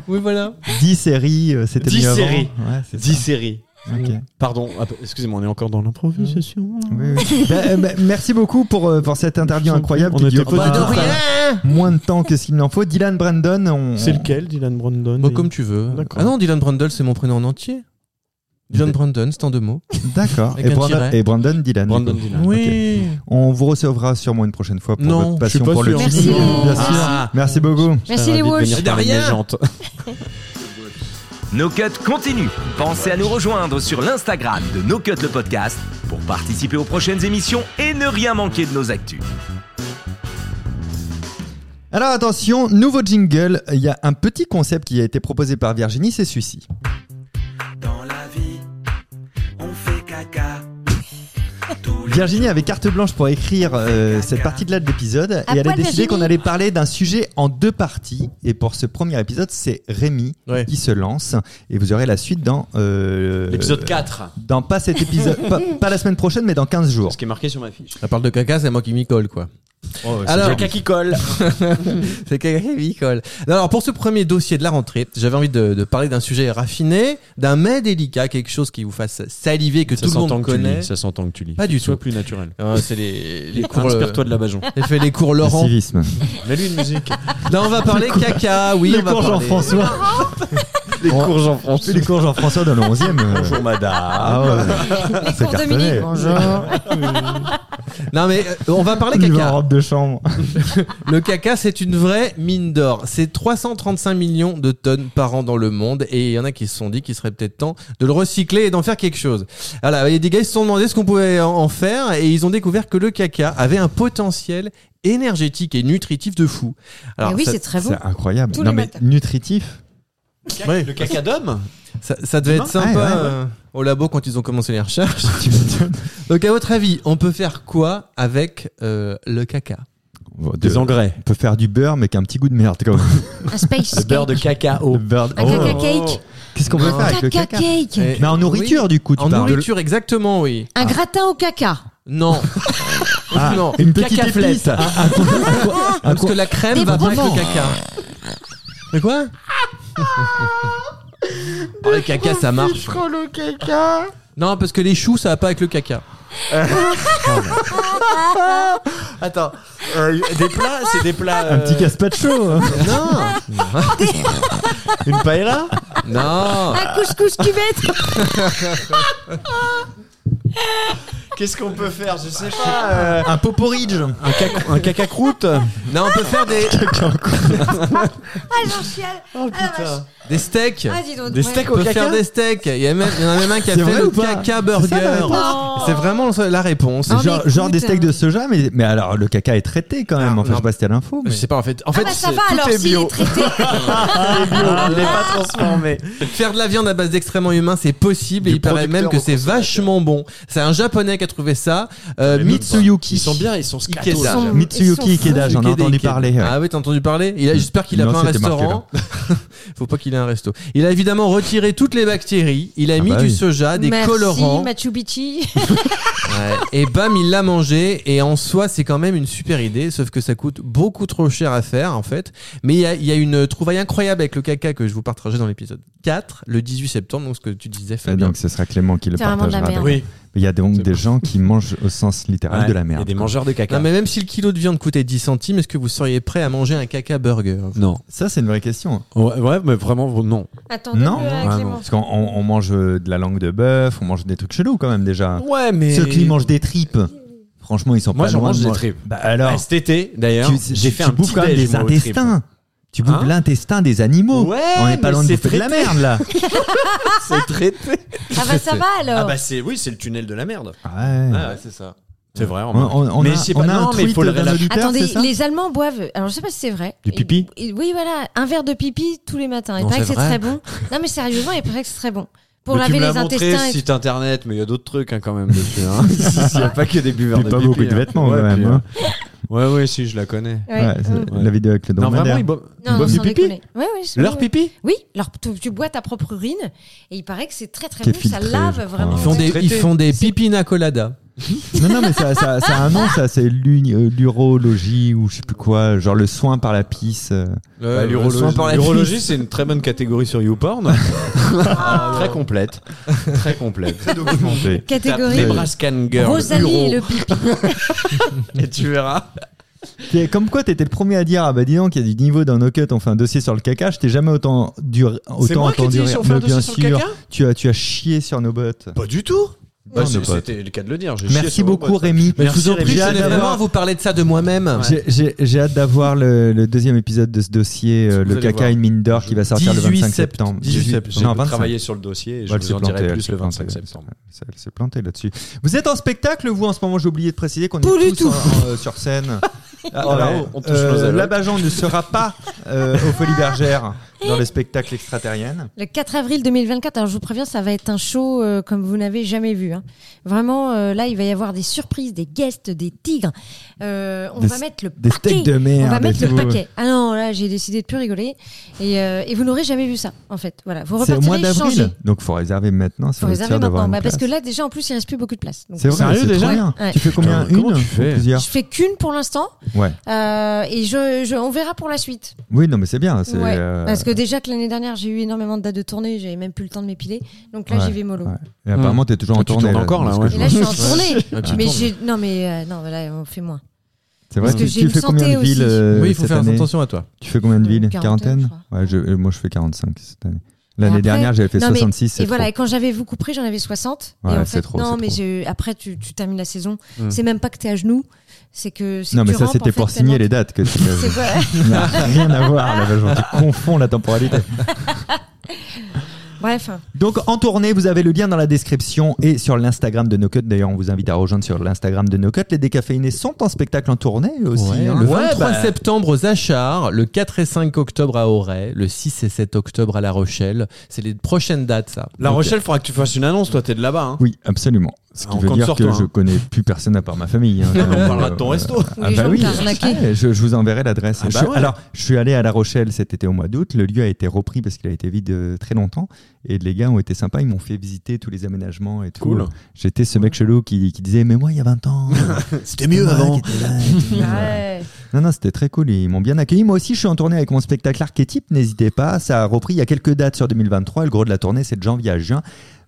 Speaker 4: Oui, voilà.
Speaker 2: 10 séries, euh, c'était
Speaker 3: 10
Speaker 2: mieux avant.
Speaker 3: séries.
Speaker 2: Ouais, c'est
Speaker 3: 10
Speaker 2: ça.
Speaker 3: séries.
Speaker 2: Ok.
Speaker 3: Pardon, ah, excusez-moi, on est encore dans l'improvisation.
Speaker 2: Oui, oui. Bah, euh, bah, merci beaucoup pour, euh, pour cette interview
Speaker 3: On
Speaker 2: incroyable
Speaker 3: était
Speaker 2: qui dure
Speaker 3: pas
Speaker 2: pas
Speaker 3: du
Speaker 2: du
Speaker 3: tout
Speaker 2: tout moins de temps que ce qu'il en faut. Dylan Brandon, on,
Speaker 3: C'est lequel, Dylan Brandon
Speaker 4: Bon, comme tu veux.
Speaker 3: D'accord.
Speaker 4: Ah non, Dylan Brandel, c'est mon prénom en entier. Dylan Brandon, c'est en deux mots.
Speaker 2: D'accord.
Speaker 4: Avec
Speaker 2: Et,
Speaker 4: un
Speaker 2: Brandon,
Speaker 4: tiret.
Speaker 2: et Brandon Dylan.
Speaker 3: Brandon
Speaker 2: du coup.
Speaker 3: Dylan.
Speaker 4: Oui.
Speaker 2: On vous recevra sûrement une prochaine fois pour
Speaker 4: Non,
Speaker 2: votre
Speaker 3: je suis
Speaker 2: passion
Speaker 3: pas
Speaker 2: pour le
Speaker 3: sûr.
Speaker 2: film.
Speaker 5: Merci.
Speaker 2: Bien sûr.
Speaker 4: Ah.
Speaker 2: Merci beaucoup.
Speaker 5: Merci les Walsh.
Speaker 6: No Cut continue. Pensez à nous rejoindre sur l'Instagram de No Cut le podcast pour participer aux prochaines émissions et ne rien manquer de nos actus.
Speaker 2: Alors attention, nouveau jingle. Il y a un petit concept qui a été proposé par Virginie, c'est celui-ci.
Speaker 7: Dans la vie, on fait caca.
Speaker 2: Virginie avait carte blanche pour écrire euh, cette partie-là de l'épisode
Speaker 5: À
Speaker 2: et elle a
Speaker 5: poil,
Speaker 2: décidé
Speaker 5: Virginie.
Speaker 2: qu'on allait parler d'un sujet en deux parties. Et pour ce premier épisode, c'est Rémi
Speaker 3: Ouais.
Speaker 2: qui se lance et vous aurez la suite dans euh,
Speaker 3: L'épisode 4.
Speaker 2: Dans pas cet épisode, pas, pas la semaine prochaine, mais dans 15 jours.
Speaker 3: Ce qui est marqué sur ma fiche.
Speaker 4: Elle parle de caca, c'est moi qui m'y colle, quoi.
Speaker 3: Alors,
Speaker 4: Alors-
Speaker 3: caca qui colle.
Speaker 4: C'est caca qui m'y colle. Non, Alors, pour ce premier dossier de la rentrée, j'avais envie de, de parler d'un sujet raffiné, d'un mets délicat, quelque chose qui vous fasse saliver, que
Speaker 3: Ça
Speaker 4: tout le
Speaker 3: s'entend
Speaker 4: monde
Speaker 3: que tu
Speaker 4: connaît.
Speaker 3: lis. Ça s'entend que tu lis.
Speaker 4: Pas du
Speaker 3: Sois
Speaker 4: tout.
Speaker 3: plus naturel.
Speaker 4: Euh, c'est les, les cours. euh,
Speaker 3: Inspire-toi Ah, de la Bajon.
Speaker 4: J'ai fait les cours Laurent.
Speaker 2: civisme.
Speaker 3: Mets-lui une musique.
Speaker 4: Là, on va parler caca, oui,
Speaker 2: les
Speaker 4: on va
Speaker 2: cours
Speaker 4: parler.
Speaker 2: Jean-François.
Speaker 8: Les
Speaker 2: On-
Speaker 8: cours Jean-François.
Speaker 2: les cours Jean-François dans le 11e. euh,
Speaker 8: Bonjour madame.
Speaker 2: Ah ouais.
Speaker 5: Les
Speaker 2: Ça
Speaker 5: cours de
Speaker 2: cartonnait.
Speaker 5: Minnie.
Speaker 4: Non, mais euh, on va parler
Speaker 2: Il va en
Speaker 4: caca.
Speaker 2: robe de chambre.
Speaker 4: Le caca, c'est une vraie mine d'or. C'est 335 millions de tonnes par an dans le monde et il y en a qui se sont dit qu'il serait peut-être temps de le recycler et d'en faire quelque chose. Voilà, il y a des gars qui se sont demandé ce qu'on pouvait en- en faire et ils ont découvert que le caca avait un potentiel énergétique et nutritif de fou.
Speaker 5: Mais Eh oui,
Speaker 4: ça,
Speaker 5: c'est très Ah bon.
Speaker 2: C'est incroyable.
Speaker 5: Tous
Speaker 2: non
Speaker 5: les
Speaker 2: mais
Speaker 5: matins.
Speaker 2: nutritif.
Speaker 4: ouais,
Speaker 3: Le caca d'homme
Speaker 4: ça- ça devait être
Speaker 2: Ouais,
Speaker 4: sympa
Speaker 2: ouais, ouais.
Speaker 4: euh, au labo quand ils ont commencé les recherches. Donc à votre avis, on peut faire quoi avec euh, le caca
Speaker 2: De-
Speaker 3: Des engrais.
Speaker 2: on peut faire du beurre mais qu'un petit goût de merde quand même.
Speaker 5: Un space
Speaker 3: Le beurre de
Speaker 5: cake.
Speaker 3: caca
Speaker 2: Le
Speaker 3: au.
Speaker 2: beurre-
Speaker 5: Un
Speaker 2: Oh.
Speaker 5: Ah, caca cake.
Speaker 2: Qu'est-ce qu'on peut
Speaker 4: Non.
Speaker 2: faire avec le
Speaker 5: Caca
Speaker 2: caca
Speaker 5: cake.
Speaker 4: Et-
Speaker 2: Mais en
Speaker 4: Oui.
Speaker 2: nourriture du coup, tu
Speaker 4: En
Speaker 2: parles.
Speaker 4: nourriture, exactement, oui.
Speaker 5: Un gratin au caca.
Speaker 4: Non.
Speaker 2: Ah,
Speaker 4: non.
Speaker 2: Une petite
Speaker 3: Cacaflette.
Speaker 2: épice.
Speaker 4: Ah, parce que la crème
Speaker 5: Des
Speaker 4: va bien avec
Speaker 5: brevents.
Speaker 4: le caca. Mais quoi Oh, Le caca, ça marche. Non, parce que les choux, ça va pas avec le caca.
Speaker 3: Attends. euh, des plats, c'est des plats.
Speaker 2: Un
Speaker 3: euh,
Speaker 2: petit gaspacho. hein.
Speaker 4: Non
Speaker 3: Une paella
Speaker 4: Non
Speaker 5: Un couscous cubette.
Speaker 3: Qu'est-ce qu'on peut faire Je sais pas. euh,
Speaker 2: Un poporridge.
Speaker 3: un, caca, un caca croûte
Speaker 4: Non, on peut faire des,
Speaker 5: Ah, j'en chiale.
Speaker 3: Oh
Speaker 5: Ah, la vache.
Speaker 3: putain.
Speaker 4: des steaks.
Speaker 5: Ah, dis donc.
Speaker 3: Des
Speaker 5: ouais.
Speaker 3: steaks
Speaker 4: On
Speaker 3: au
Speaker 4: peut
Speaker 3: caca
Speaker 4: faire des steaks. Il y, a même- il y en a même un qui a
Speaker 2: C'est
Speaker 4: fait
Speaker 2: vrai
Speaker 4: le
Speaker 2: ou pas
Speaker 4: caca
Speaker 2: C'est ça, la
Speaker 4: burger.
Speaker 5: réponse
Speaker 4: C'est vraiment la réponse.
Speaker 5: Ah, mais
Speaker 2: Genre, genre des
Speaker 5: écoute,
Speaker 2: steaks de
Speaker 5: euh,
Speaker 2: soja, mais, mais alors le caca est traité quand même.
Speaker 4: Ah,
Speaker 2: enfin, je
Speaker 4: non.
Speaker 2: sais pas si t'as l'info.
Speaker 4: Je
Speaker 2: Mais...
Speaker 4: sais pas en fait. En
Speaker 5: Ah
Speaker 4: fait,
Speaker 5: bah ça
Speaker 4: c'est-
Speaker 5: va
Speaker 4: tout
Speaker 5: alors
Speaker 4: est
Speaker 5: s'il est
Speaker 4: bio.
Speaker 5: traité.
Speaker 3: Ah, Il n'est pas transformé.
Speaker 4: Faire de la viande à base d'extrêmement humain, c'est possible et
Speaker 3: Du
Speaker 4: il paraît même
Speaker 3: producteur
Speaker 4: que
Speaker 3: au
Speaker 4: c'est vachement bon. C'est un japonais qui a trouvé ça, euh,
Speaker 3: Les meufs,
Speaker 4: Mitsuyuki.
Speaker 3: Ils sont bien, ils sont
Speaker 4: Ils
Speaker 3: scatos.
Speaker 4: sont-
Speaker 3: là, j'avoue.
Speaker 2: Mitsuyuki
Speaker 5: Ils sont
Speaker 2: Ikeda, j'en ai
Speaker 4: Ikeda,
Speaker 2: entendu
Speaker 4: Ikeda.
Speaker 2: parler. Ah, ouais. Mm.
Speaker 4: Ah oui, t'as entendu parler Il a- J'espère qu'il a
Speaker 2: Non,
Speaker 4: pas un
Speaker 2: c'était marqué,
Speaker 4: restaurant. Faut pas qu'il ait un resto. Il a évidemment retiré toutes les bactéries. Il a
Speaker 2: Ah
Speaker 4: mis
Speaker 2: bah
Speaker 4: du
Speaker 2: oui.
Speaker 4: soja, des
Speaker 5: Merci,
Speaker 4: colorants.
Speaker 5: Machu Picchu.
Speaker 4: Ouais. Et bam, il l'a mangé. Et en soi, c'est quand même une super idée. Sauf que ça coûte beaucoup trop cher à faire, en fait. Mais il y a, il y a une trouvaille incroyable avec le caca que je vous partageais dans l'épisode 4, le 18 septembre. Donc, ce que tu disais,
Speaker 2: Et
Speaker 4: Fabien.
Speaker 2: donc ce sera Clément qui le
Speaker 5: C'est vraiment de la
Speaker 2: partagera.
Speaker 5: merde.
Speaker 2: donc.
Speaker 3: Oui.
Speaker 2: Il y a donc
Speaker 3: C'est
Speaker 2: des gens qui mangent au sens littéral de la
Speaker 3: Il y a
Speaker 2: merde.
Speaker 3: des mangeurs Ah, de caca.
Speaker 4: Non, mais même si le kilo de viande coûtait 10 centimes, est-ce que vous seriez prêt à manger un caca burger
Speaker 3: Non.
Speaker 2: Ça c'est une vraie question.
Speaker 3: Ouais, ouais, mais vraiment, non.
Speaker 5: Attendez,
Speaker 2: Non,
Speaker 5: euh,
Speaker 3: non,
Speaker 5: Clément.
Speaker 2: Parce qu'on on- on mange euh, de la langue de bœuf, on mange des trucs chelous quand même déjà.
Speaker 3: Ouais, mais.
Speaker 2: Ceux qui mangent des tripes, franchement ils sont
Speaker 3: Moi,
Speaker 2: pas
Speaker 3: j'en
Speaker 2: loin
Speaker 3: mange
Speaker 2: de
Speaker 3: des
Speaker 2: manger-
Speaker 3: tripes.
Speaker 2: Bah alors,
Speaker 3: Ah, cet été, d'ailleurs,
Speaker 2: tu,
Speaker 3: j'ai
Speaker 2: tu-
Speaker 3: fait
Speaker 2: tu
Speaker 3: un
Speaker 2: bouffes
Speaker 3: petit
Speaker 2: quand même
Speaker 3: déj,
Speaker 2: les
Speaker 3: moi, aux tripes.
Speaker 2: intestins. Tu bouffes
Speaker 3: Hein
Speaker 2: l'intestin des animaux.
Speaker 3: Ouais,
Speaker 2: on n'est pas
Speaker 3: mais
Speaker 2: loin de
Speaker 3: c'est
Speaker 2: bouffer de la
Speaker 3: traité.
Speaker 2: merde là.
Speaker 3: C'est traité.
Speaker 5: Ah bah ça va alors.
Speaker 3: Ah bah c'est oui, c'est le tunnel de la merde.
Speaker 2: Ouais.
Speaker 3: Ah ouais, c'est ça. C'est vrai.
Speaker 2: On, on- on
Speaker 3: Mais
Speaker 2: a,
Speaker 3: je sais
Speaker 2: on
Speaker 3: pas,
Speaker 2: a un
Speaker 3: non, mais
Speaker 2: tweet
Speaker 3: faut le
Speaker 2: d'un
Speaker 3: réla-
Speaker 2: auditeur, c'est
Speaker 5: Attendez,
Speaker 2: ça
Speaker 5: les Allemands boivent. Alors je sais pas si c'est vrai.
Speaker 3: Du pipi
Speaker 5: Et- et- Oui voilà, un verre de pipi tous les matins. Il
Speaker 4: Non,
Speaker 5: paraît que
Speaker 4: c'est
Speaker 5: c'est
Speaker 4: vrai.
Speaker 5: très bon. Non mais sérieusement, il paraît que c'est très bon. Pour
Speaker 3: Mais
Speaker 5: laver
Speaker 3: tu me
Speaker 5: les
Speaker 3: l'as montré,
Speaker 5: intestins et
Speaker 3: site internet, mais il y a d'autres trucs hein, quand même dessus. hein. Il n'y a pas que des buveurs
Speaker 2: Puis
Speaker 3: de
Speaker 2: pas
Speaker 3: pipi,
Speaker 2: beaucoup de
Speaker 3: hein.
Speaker 2: vêtements,
Speaker 3: ouais,
Speaker 2: quand
Speaker 3: puis,
Speaker 2: même, hein.
Speaker 3: euh, Ouais, ouais, si, je la connais.
Speaker 5: Ouais, Ouais,
Speaker 2: c'est- la vidéo avec le
Speaker 3: Non, vraiment,
Speaker 2: dromadaire.
Speaker 3: ils boivent
Speaker 5: Non,
Speaker 3: ils boivent
Speaker 5: sans
Speaker 3: du pipi
Speaker 5: déconner. Ouais, ouais, c'est-
Speaker 3: Leur
Speaker 5: ouais.
Speaker 3: pipi
Speaker 5: Oui, leur, tu, tu bois ta propre urine et il paraît que c'est très très
Speaker 2: Qui est
Speaker 5: bon, ça
Speaker 2: filtrée, je
Speaker 5: lave
Speaker 2: crois.
Speaker 5: vraiment.
Speaker 4: Ils font des, ils
Speaker 3: Traité.
Speaker 4: font des pipina colada.
Speaker 2: Non, non, mais ça, ça, ça a un nom, ça, c'est l'uni- euh, l'urologie ou je sais plus quoi, genre le soin par la pisse. euh.
Speaker 4: Le- le
Speaker 3: Bah, l'urologie,
Speaker 4: soin par la
Speaker 3: l'urologie,
Speaker 4: pisse.
Speaker 3: c'est une très bonne catégorie sur YouPorn. très complète. Très complète. Euh,
Speaker 5: Catégorie
Speaker 4: Nebraskan girl.
Speaker 5: Rosalie et
Speaker 4: uro.
Speaker 5: le pipi.
Speaker 4: Et tu verras.
Speaker 2: T'es- Comme quoi, t'étais le premier à dire Ah bah dis donc, il y a du niveau dans No Cut, on fait un dossier sur le caca. Je t'ai jamais autant, dur,
Speaker 3: C'est
Speaker 2: autant
Speaker 3: moi qui ai
Speaker 2: entendu
Speaker 3: dit,
Speaker 2: rire.
Speaker 3: on fait un
Speaker 2: Mais bien
Speaker 3: dossier sur le
Speaker 2: sûr,
Speaker 3: caca
Speaker 2: tu as, tu as chié sur nos bottes.
Speaker 3: Pas du tout. Bah,
Speaker 2: Non,
Speaker 3: c'est-
Speaker 2: nos potes.
Speaker 3: C'était le cas de le dire. j'ai chié
Speaker 2: Merci
Speaker 3: sur vos
Speaker 2: beaucoup,
Speaker 3: bottes. hein.
Speaker 2: Rémi.
Speaker 4: Mais je vous en
Speaker 2: J'ai
Speaker 4: prie, je
Speaker 2: hâte
Speaker 4: tenais
Speaker 2: d'avoir-
Speaker 4: vraiment à vous parler de ça de moi-même.
Speaker 2: J'ai- j'ai- J'ai hâte d'avoir le, le deuxième épisode de ce dossier, euh,
Speaker 3: Vous
Speaker 2: le
Speaker 3: allez
Speaker 2: caca
Speaker 3: voir.
Speaker 2: une mine d'or qui va sortir le 25
Speaker 4: 18 sept-
Speaker 2: septembre.
Speaker 3: 18 septembre.
Speaker 2: Non,
Speaker 3: J'ai
Speaker 2: 25.
Speaker 3: travaillé sur le dossier et je
Speaker 2: Ouais, elle
Speaker 3: vous
Speaker 2: s'est
Speaker 3: en dirai
Speaker 2: plantée, elle
Speaker 3: plus
Speaker 2: s'est
Speaker 3: le
Speaker 2: plantée,
Speaker 3: 25
Speaker 2: elle s'est-
Speaker 3: septembre.
Speaker 2: Elle s'est plantée là-dessus. Vous êtes en spectacle, vous, en ce moment J'ai oublié de préciser qu'on est
Speaker 5: Pas du
Speaker 2: tous
Speaker 5: tout.
Speaker 2: en- en, euh, sur scène. Ah,
Speaker 3: Oh là,
Speaker 2: alors,
Speaker 3: on touche
Speaker 2: euh,
Speaker 3: nos allocs.
Speaker 2: Labajon ne sera pas euh, aux Folies Bergères dans le spectacle extraterrien.
Speaker 5: Le 4 avril 2024, alors je vous préviens, ça va être un show euh, comme vous n'avez jamais vu. hein. Vraiment, euh, là, il va y avoir des surprises, des guests, des tigres. Euh, on
Speaker 2: Des-
Speaker 5: va mettre le
Speaker 2: des
Speaker 5: paquet.
Speaker 2: steaks de merde
Speaker 5: On va mettre
Speaker 2: et
Speaker 5: le
Speaker 2: tout.
Speaker 5: paquet. Ah non, là, j'ai décidé de plus rigoler. Et, euh, et vous n'aurez jamais vu ça, en fait. Voilà, vous
Speaker 2: C'est au mois
Speaker 5: repartirez changé.
Speaker 2: d'avril, donc faut réserver maintenant. si
Speaker 5: Faut
Speaker 2: vous êtes
Speaker 5: réserver
Speaker 2: sûr d'avoir
Speaker 5: maintenant.
Speaker 2: une
Speaker 5: Bah, parce que
Speaker 2: place.
Speaker 5: là, déjà, en plus, il reste plus beaucoup de place. Donc,
Speaker 2: c'est vrai,
Speaker 3: Sérieux,
Speaker 2: c'est
Speaker 3: déjà
Speaker 2: trop bien.
Speaker 5: Ouais.
Speaker 2: Tu fais combien
Speaker 3: Putain, comment
Speaker 2: Une
Speaker 3: tu
Speaker 2: ou
Speaker 3: fais
Speaker 2: plusieurs
Speaker 5: Je fais qu'une pour l'instant.
Speaker 2: Ouais.
Speaker 5: Euh, et je, je- on verra pour la suite.
Speaker 2: Oui, non, mais c'est bien. c'est,
Speaker 5: Ouais.
Speaker 2: euh,
Speaker 5: Parce que déjà que l'année dernière, j'ai eu énormément de dates de tournée, j'avais même plus le temps de m'épiler. Donc là,
Speaker 2: Ouais,
Speaker 5: j'y vais mollo.
Speaker 2: ouais. Et apparemment, t'es toujours en
Speaker 3: Ah, tu
Speaker 2: tournée.
Speaker 3: tournes encore, là,
Speaker 2: parce
Speaker 3: ouais.
Speaker 2: que
Speaker 5: Et
Speaker 2: je
Speaker 5: là,
Speaker 2: vois.
Speaker 5: je suis en tournée.
Speaker 3: Ah, tu
Speaker 5: mais
Speaker 3: tournes.
Speaker 5: j'ai non, mais euh, non, voilà, on fait moins.
Speaker 2: C'est vrai,
Speaker 5: Parce que
Speaker 2: tu,
Speaker 5: j'ai
Speaker 2: tu
Speaker 5: une
Speaker 2: fais combien de
Speaker 5: santé aussi.
Speaker 2: villes euh,
Speaker 4: Oui, il faut
Speaker 2: cette
Speaker 4: faire
Speaker 2: année
Speaker 4: attention à toi.
Speaker 2: Tu fais combien de
Speaker 5: Euh,
Speaker 2: villes
Speaker 5: quarantaine,
Speaker 2: Quarantaine
Speaker 5: je crois.
Speaker 2: ouais, je- euh, Moi, je fais 45 cette année.
Speaker 5: Et
Speaker 2: L'année
Speaker 5: après-
Speaker 2: dernière, j'avais fait
Speaker 5: Non, mais-
Speaker 2: 66. c'est
Speaker 5: et voilà,
Speaker 2: trop.
Speaker 5: et quand j'avais vous compris, j'en avais 60.
Speaker 2: Ouais,
Speaker 5: et en
Speaker 2: c'est
Speaker 5: fait,
Speaker 2: trop,
Speaker 5: non,
Speaker 2: c'est
Speaker 5: mais
Speaker 2: trop.
Speaker 5: je- après, tu, tu termines la saison.
Speaker 3: Hmm.
Speaker 5: C'est même pas que t'es à genoux, c'est que. c'est
Speaker 2: Non,
Speaker 5: que
Speaker 2: mais
Speaker 5: tu
Speaker 2: ça,
Speaker 5: rampes,
Speaker 2: c'était
Speaker 5: en fait,
Speaker 2: pour signer les
Speaker 5: tellement-
Speaker 2: dates que tu
Speaker 5: C'est pas-
Speaker 2: Ça n'a rien à voir, la Valjean, Tu confonds la temporalité.
Speaker 5: Bref.
Speaker 2: Donc, en tournée, vous avez le lien dans la description et sur l'Instagram de No Cut. D'ailleurs, on vous invite à rejoindre sur l'Instagram de No Cut. Les décaféinés sont en spectacle en tournée aussi.
Speaker 4: Ouais,
Speaker 2: hein.
Speaker 4: le 23 septembre aux Achars, le 4 et 5 octobre à Auray, le 6 et 7 octobre à La Rochelle. C'est les prochaines dates, ça.
Speaker 3: La
Speaker 4: Donc,
Speaker 3: Rochelle, faudra que tu fasses une annonce, toi, t'es de là-bas. hein.
Speaker 2: Oui, absolument. Ce
Speaker 3: Ah,
Speaker 2: qui
Speaker 3: on
Speaker 2: veut
Speaker 3: compte
Speaker 2: dire
Speaker 3: sur
Speaker 2: que
Speaker 3: toi,
Speaker 2: je
Speaker 3: hein.
Speaker 2: connais plus personne à part ma famille. hein.
Speaker 3: On
Speaker 2: Euh,
Speaker 3: parlera de ton
Speaker 2: euh,
Speaker 3: resto.
Speaker 5: Ou les gens que t'as arnaqué.
Speaker 2: Ouais, Ah, je, je vous enverrai l'adresse.
Speaker 3: Ah
Speaker 2: Je
Speaker 3: bah
Speaker 2: suis-
Speaker 3: ouais.
Speaker 2: Alors, je suis allé à La Rochelle cet été au mois d'août. Le lieu a été repris parce qu'il a été vide euh, très longtemps. Et les gars ont été sympas. Ils m'ont fait visiter tous les aménagements et tout.
Speaker 3: Cool.
Speaker 2: J'étais ce mec chelou qui, qui disait Mais moi, il y a 20 ans.
Speaker 3: C'était
Speaker 2: moi qui étais là et tout.
Speaker 5: Ouais.
Speaker 2: Non, non, c'était très cool. Ils m'ont bien accueilli. Moi aussi, je suis en tournée avec mon spectacle Archétype. N'hésitez pas. Ça a repris il y a quelques dates sur 2023. Le gros de la tournée, c'est de janvier à juin.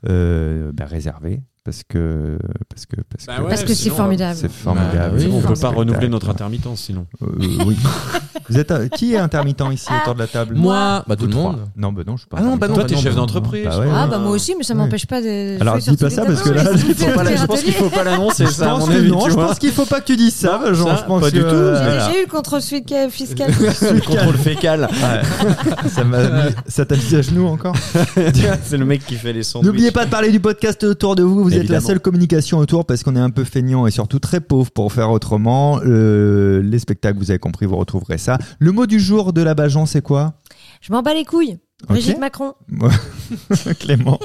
Speaker 2: Euh, bah, réservé. Parce que. Parce que. Parce
Speaker 3: Bah
Speaker 2: que-
Speaker 3: ouais,
Speaker 5: Parce que c'est
Speaker 3: sinon,
Speaker 5: formidable.
Speaker 2: C'est formidable.
Speaker 3: bah oui,
Speaker 5: oui,
Speaker 3: on
Speaker 5: enfin,
Speaker 3: peut pas
Speaker 2: Spectacle.
Speaker 3: renouveler notre intermittence sinon.
Speaker 2: Euh, oui. Vous êtes un- qui est intermittent ici autour de la table
Speaker 4: Moi, bah, tout
Speaker 2: Vous
Speaker 4: le
Speaker 2: trois.
Speaker 4: monde.
Speaker 2: Non, bah non, je suis pas.
Speaker 4: Ah non, bah
Speaker 2: intermittent.
Speaker 4: non,
Speaker 3: Toi,
Speaker 4: bah
Speaker 3: t'es
Speaker 4: non,
Speaker 3: chef
Speaker 4: bah non.
Speaker 3: d'entreprise.
Speaker 2: Bah ouais.
Speaker 5: Ah, bah moi aussi, mais ça
Speaker 2: Ouais.
Speaker 5: m'empêche pas de.
Speaker 2: Alors,
Speaker 5: jouer sur
Speaker 2: dis pas
Speaker 5: tous les
Speaker 2: ça,
Speaker 5: tableaux,
Speaker 2: parce que là,
Speaker 5: mais je
Speaker 2: je
Speaker 5: vous fais
Speaker 2: pense
Speaker 5: faire
Speaker 3: je pense qu'il
Speaker 5: atelier.
Speaker 3: faut pas l'annoncer
Speaker 2: Je
Speaker 3: ça. à
Speaker 2: pense
Speaker 3: mon
Speaker 2: que
Speaker 3: avis,
Speaker 2: non,
Speaker 3: tu
Speaker 2: je
Speaker 3: vois.
Speaker 2: pense qu'il faut pas que tu dises ça,
Speaker 3: Non,
Speaker 2: Jean.
Speaker 3: ça,
Speaker 2: je pense
Speaker 3: pas
Speaker 2: que,
Speaker 3: du tout.
Speaker 2: euh,
Speaker 5: J'ai
Speaker 2: voilà.
Speaker 5: déjà eu le contrôle fiscal. fiscal.
Speaker 3: Le contrôle fécal.
Speaker 2: Ça m'a mis- ça t'a mis à genoux encore.
Speaker 3: C'est le mec qui fait les sons.
Speaker 2: N'oubliez pas de parler du podcast autour de vous. Vous êtes la
Speaker 3: Évidemment.
Speaker 2: seule communication autour parce qu'on est un peu feignant et surtout très pauvre pour faire autrement. Euh, les spectacles, vous avez compris, vous retrouverez ça. Le mot du jour de la Bajan, c'est quoi
Speaker 5: Je m'en bats les couilles. Brigitte Macron.
Speaker 2: Clément.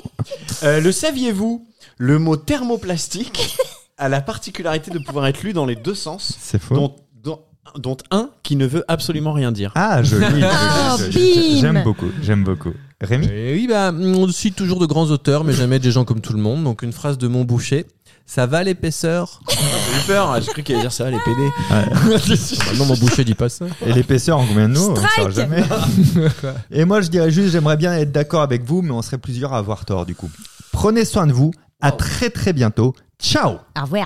Speaker 3: Euh, le saviez-vous Le mot thermoplastique a la particularité de pouvoir être lu dans les deux sens,
Speaker 2: C'est faux.
Speaker 3: dont, dont, dont un qui ne veut absolument rien dire.
Speaker 2: Ah, joli. joli,
Speaker 5: Ah,
Speaker 2: joli.
Speaker 5: bim.
Speaker 2: J'aime beaucoup. J'aime beaucoup. Rémi
Speaker 4: Et oui, bah, on cite toujours de grands auteurs, mais jamais des gens comme tout le monde. Donc, une phrase de Montboucher. Ça va l'épaisseur
Speaker 3: J'ai eu peur, j'ai cru qu'il allait dire ça, les PD.
Speaker 4: Bah Non, Montboucher dit pas ça.
Speaker 2: Et l'épaisseur en combien de nous On saura jamais. Et moi, je dirais juste, j'aimerais bien être d'accord avec vous, mais on serait plusieurs à avoir tort du coup. Prenez soin de vous. À très très bientôt. Ciao
Speaker 5: Au revoir.